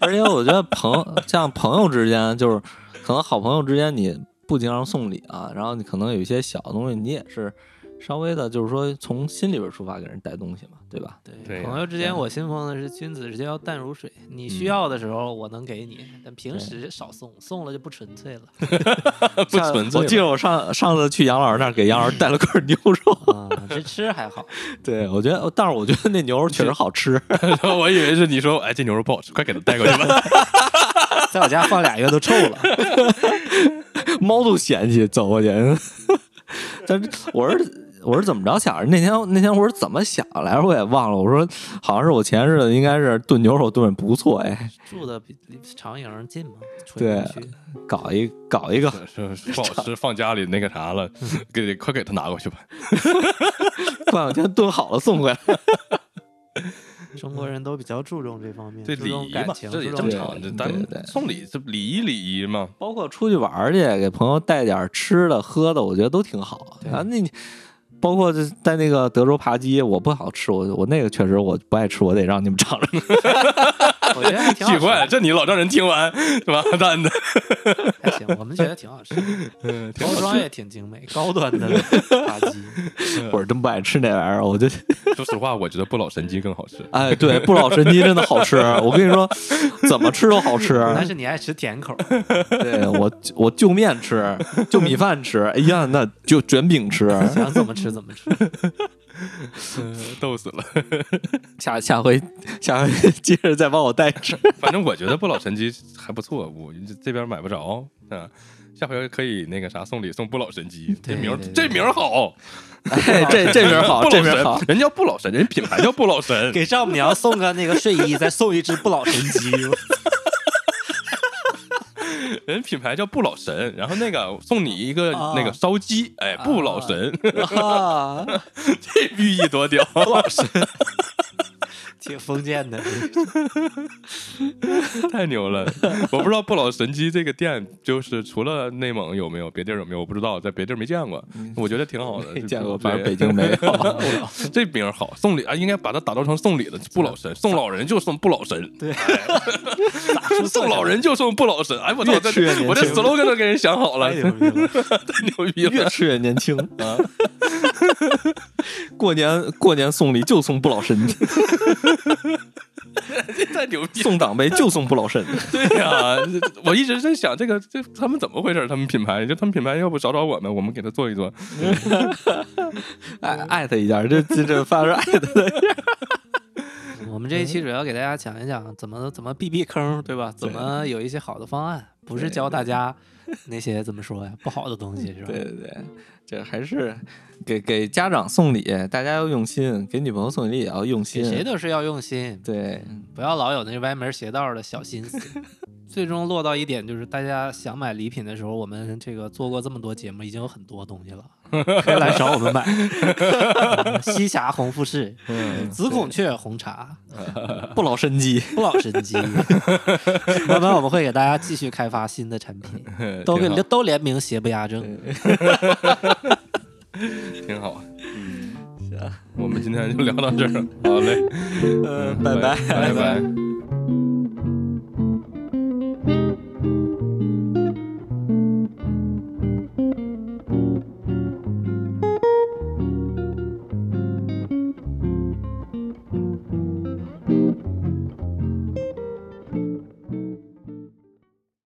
而且我觉得朋 像朋友之间，就是可能好朋友之间，你不经常送礼啊，然后你可能有一些小东西，你也是稍微的，就是说从心里边出发给人带东西嘛，对吧？
对嗯
朋友之间，我信奉的是君子之交淡如水。你需要的时候我能给你，但平时少送，送了就不纯粹 了。
不存在
我记得我上上次去杨老师那儿给杨老师带了块牛肉，
啊，这 吃还好，
对我觉得，但是我觉得那牛肉确实好吃，
我以为是你说，哎，这牛肉不好吃，快给它带过去 吧。
在我家放俩月都臭了。
猫都嫌弃走过去。 但是我是我是怎么着想着？那天那天我是怎么想来着？我也忘了。我说好像是我前日子应该是炖牛肉炖得不错，哎，
住的比离长营近嘛，
对
淳朴区
搞一搞一个
是是不好吃，放家里那个啥了，给快给它拿过去吧。
过两天炖好了送回来。
中国人都比较注重这方面，
这
注
礼
重
仪
感
嘛，
情，
这也
注
正
重
常。这咱
对
们
对
送礼，这礼仪礼仪嘛。
包括出去玩儿去，给朋友带点儿吃的喝的，我觉得都挺好。
对
啊，那你包括这在那个德州扒鸡，我不好吃，我我那个确实我不爱吃，我得让你们尝尝。
我觉得还挺 好
奇
吃
怪，
的，
这你老丈人听完是吧？蛋的，
还行，我们觉得挺好吃的，
嗯挺
包
好
装也挺精美，高端的 垃圾。
我是真不爱吃那玩意儿，我就
说实话，我觉得不老神鸡更好吃。
哎，对，不老神鸡真的好吃，我跟你说，怎么吃都好吃。
但是你爱吃甜口，
对我我就面吃，就米饭吃，哎呀，那就卷饼吃。
想怎么吃怎么吃。
逗死了。
下下回下 回接着再帮我带吃。
反正我觉得不老神鸡还不错，我这这边买不着啊。下回可以那个啥送礼送不老神鸡，这
对
名儿
对对
这名儿好，
哎，这这名儿好，
不
这
老
名儿好
神，。人叫不老神，人品牌叫不老神，
给丈母娘送个那个睡衣，再送一只不老神鸡。
人品牌叫不老神。然后 那个送你一个
啊
那个烧鸡，哎，不老神，
啊，
这寓意多屌！
挺封建的，
太牛了！我不知道不老神鸡这个店，就是除了内蒙有没有，别地儿有没有，我不知道，在别地儿没见过。我觉得挺 好的，
没嗯见过，
对
反正北京没有。
这名儿好，送礼啊，应该把它打造成送礼的不老神，送老人就送不老神，对， 送老人就送不老神。哎，我操，
越
这
吃越年轻
我这 slogan 都给人想好了，
太牛逼了！
太牛逼
越
了！
吃越年轻啊！过年过年送礼就送不老神，
太牛逼了！
送长辈就送不老神。
对呀、我一直在想这个，这他们怎么回事？他们品牌，就他们品牌，要不找找我们，我们给他做一做。
艾哎艾特一下，这这这发 是艾特的。
我们这一期主要给大家讲一讲怎么怎么避避坑，对吧？怎么有一些好的方案，不是教大家那些怎么说呀不好的东西，是吧？
对对对，这还是给给家长送礼，大家要用心；给女朋友送礼也要用
给
心。
谁都是要用心，
对，
不要老有那歪门邪道的小心思。最终落到一点，就是大家想买礼品的时候，我们这个做过这么多节目，已经有很多东西 了，可以来找我们买。 嗯西峡红富士、
嗯，
紫孔雀红茶、
不老生机，
不老神 机，慢慢我们会给大家继续开发新的产 品，都给
挺好
都联名邪不压正。
挺好。嗯， 行，我们今天就聊到这儿了。好嘞，
嗯，
拜拜拜拜。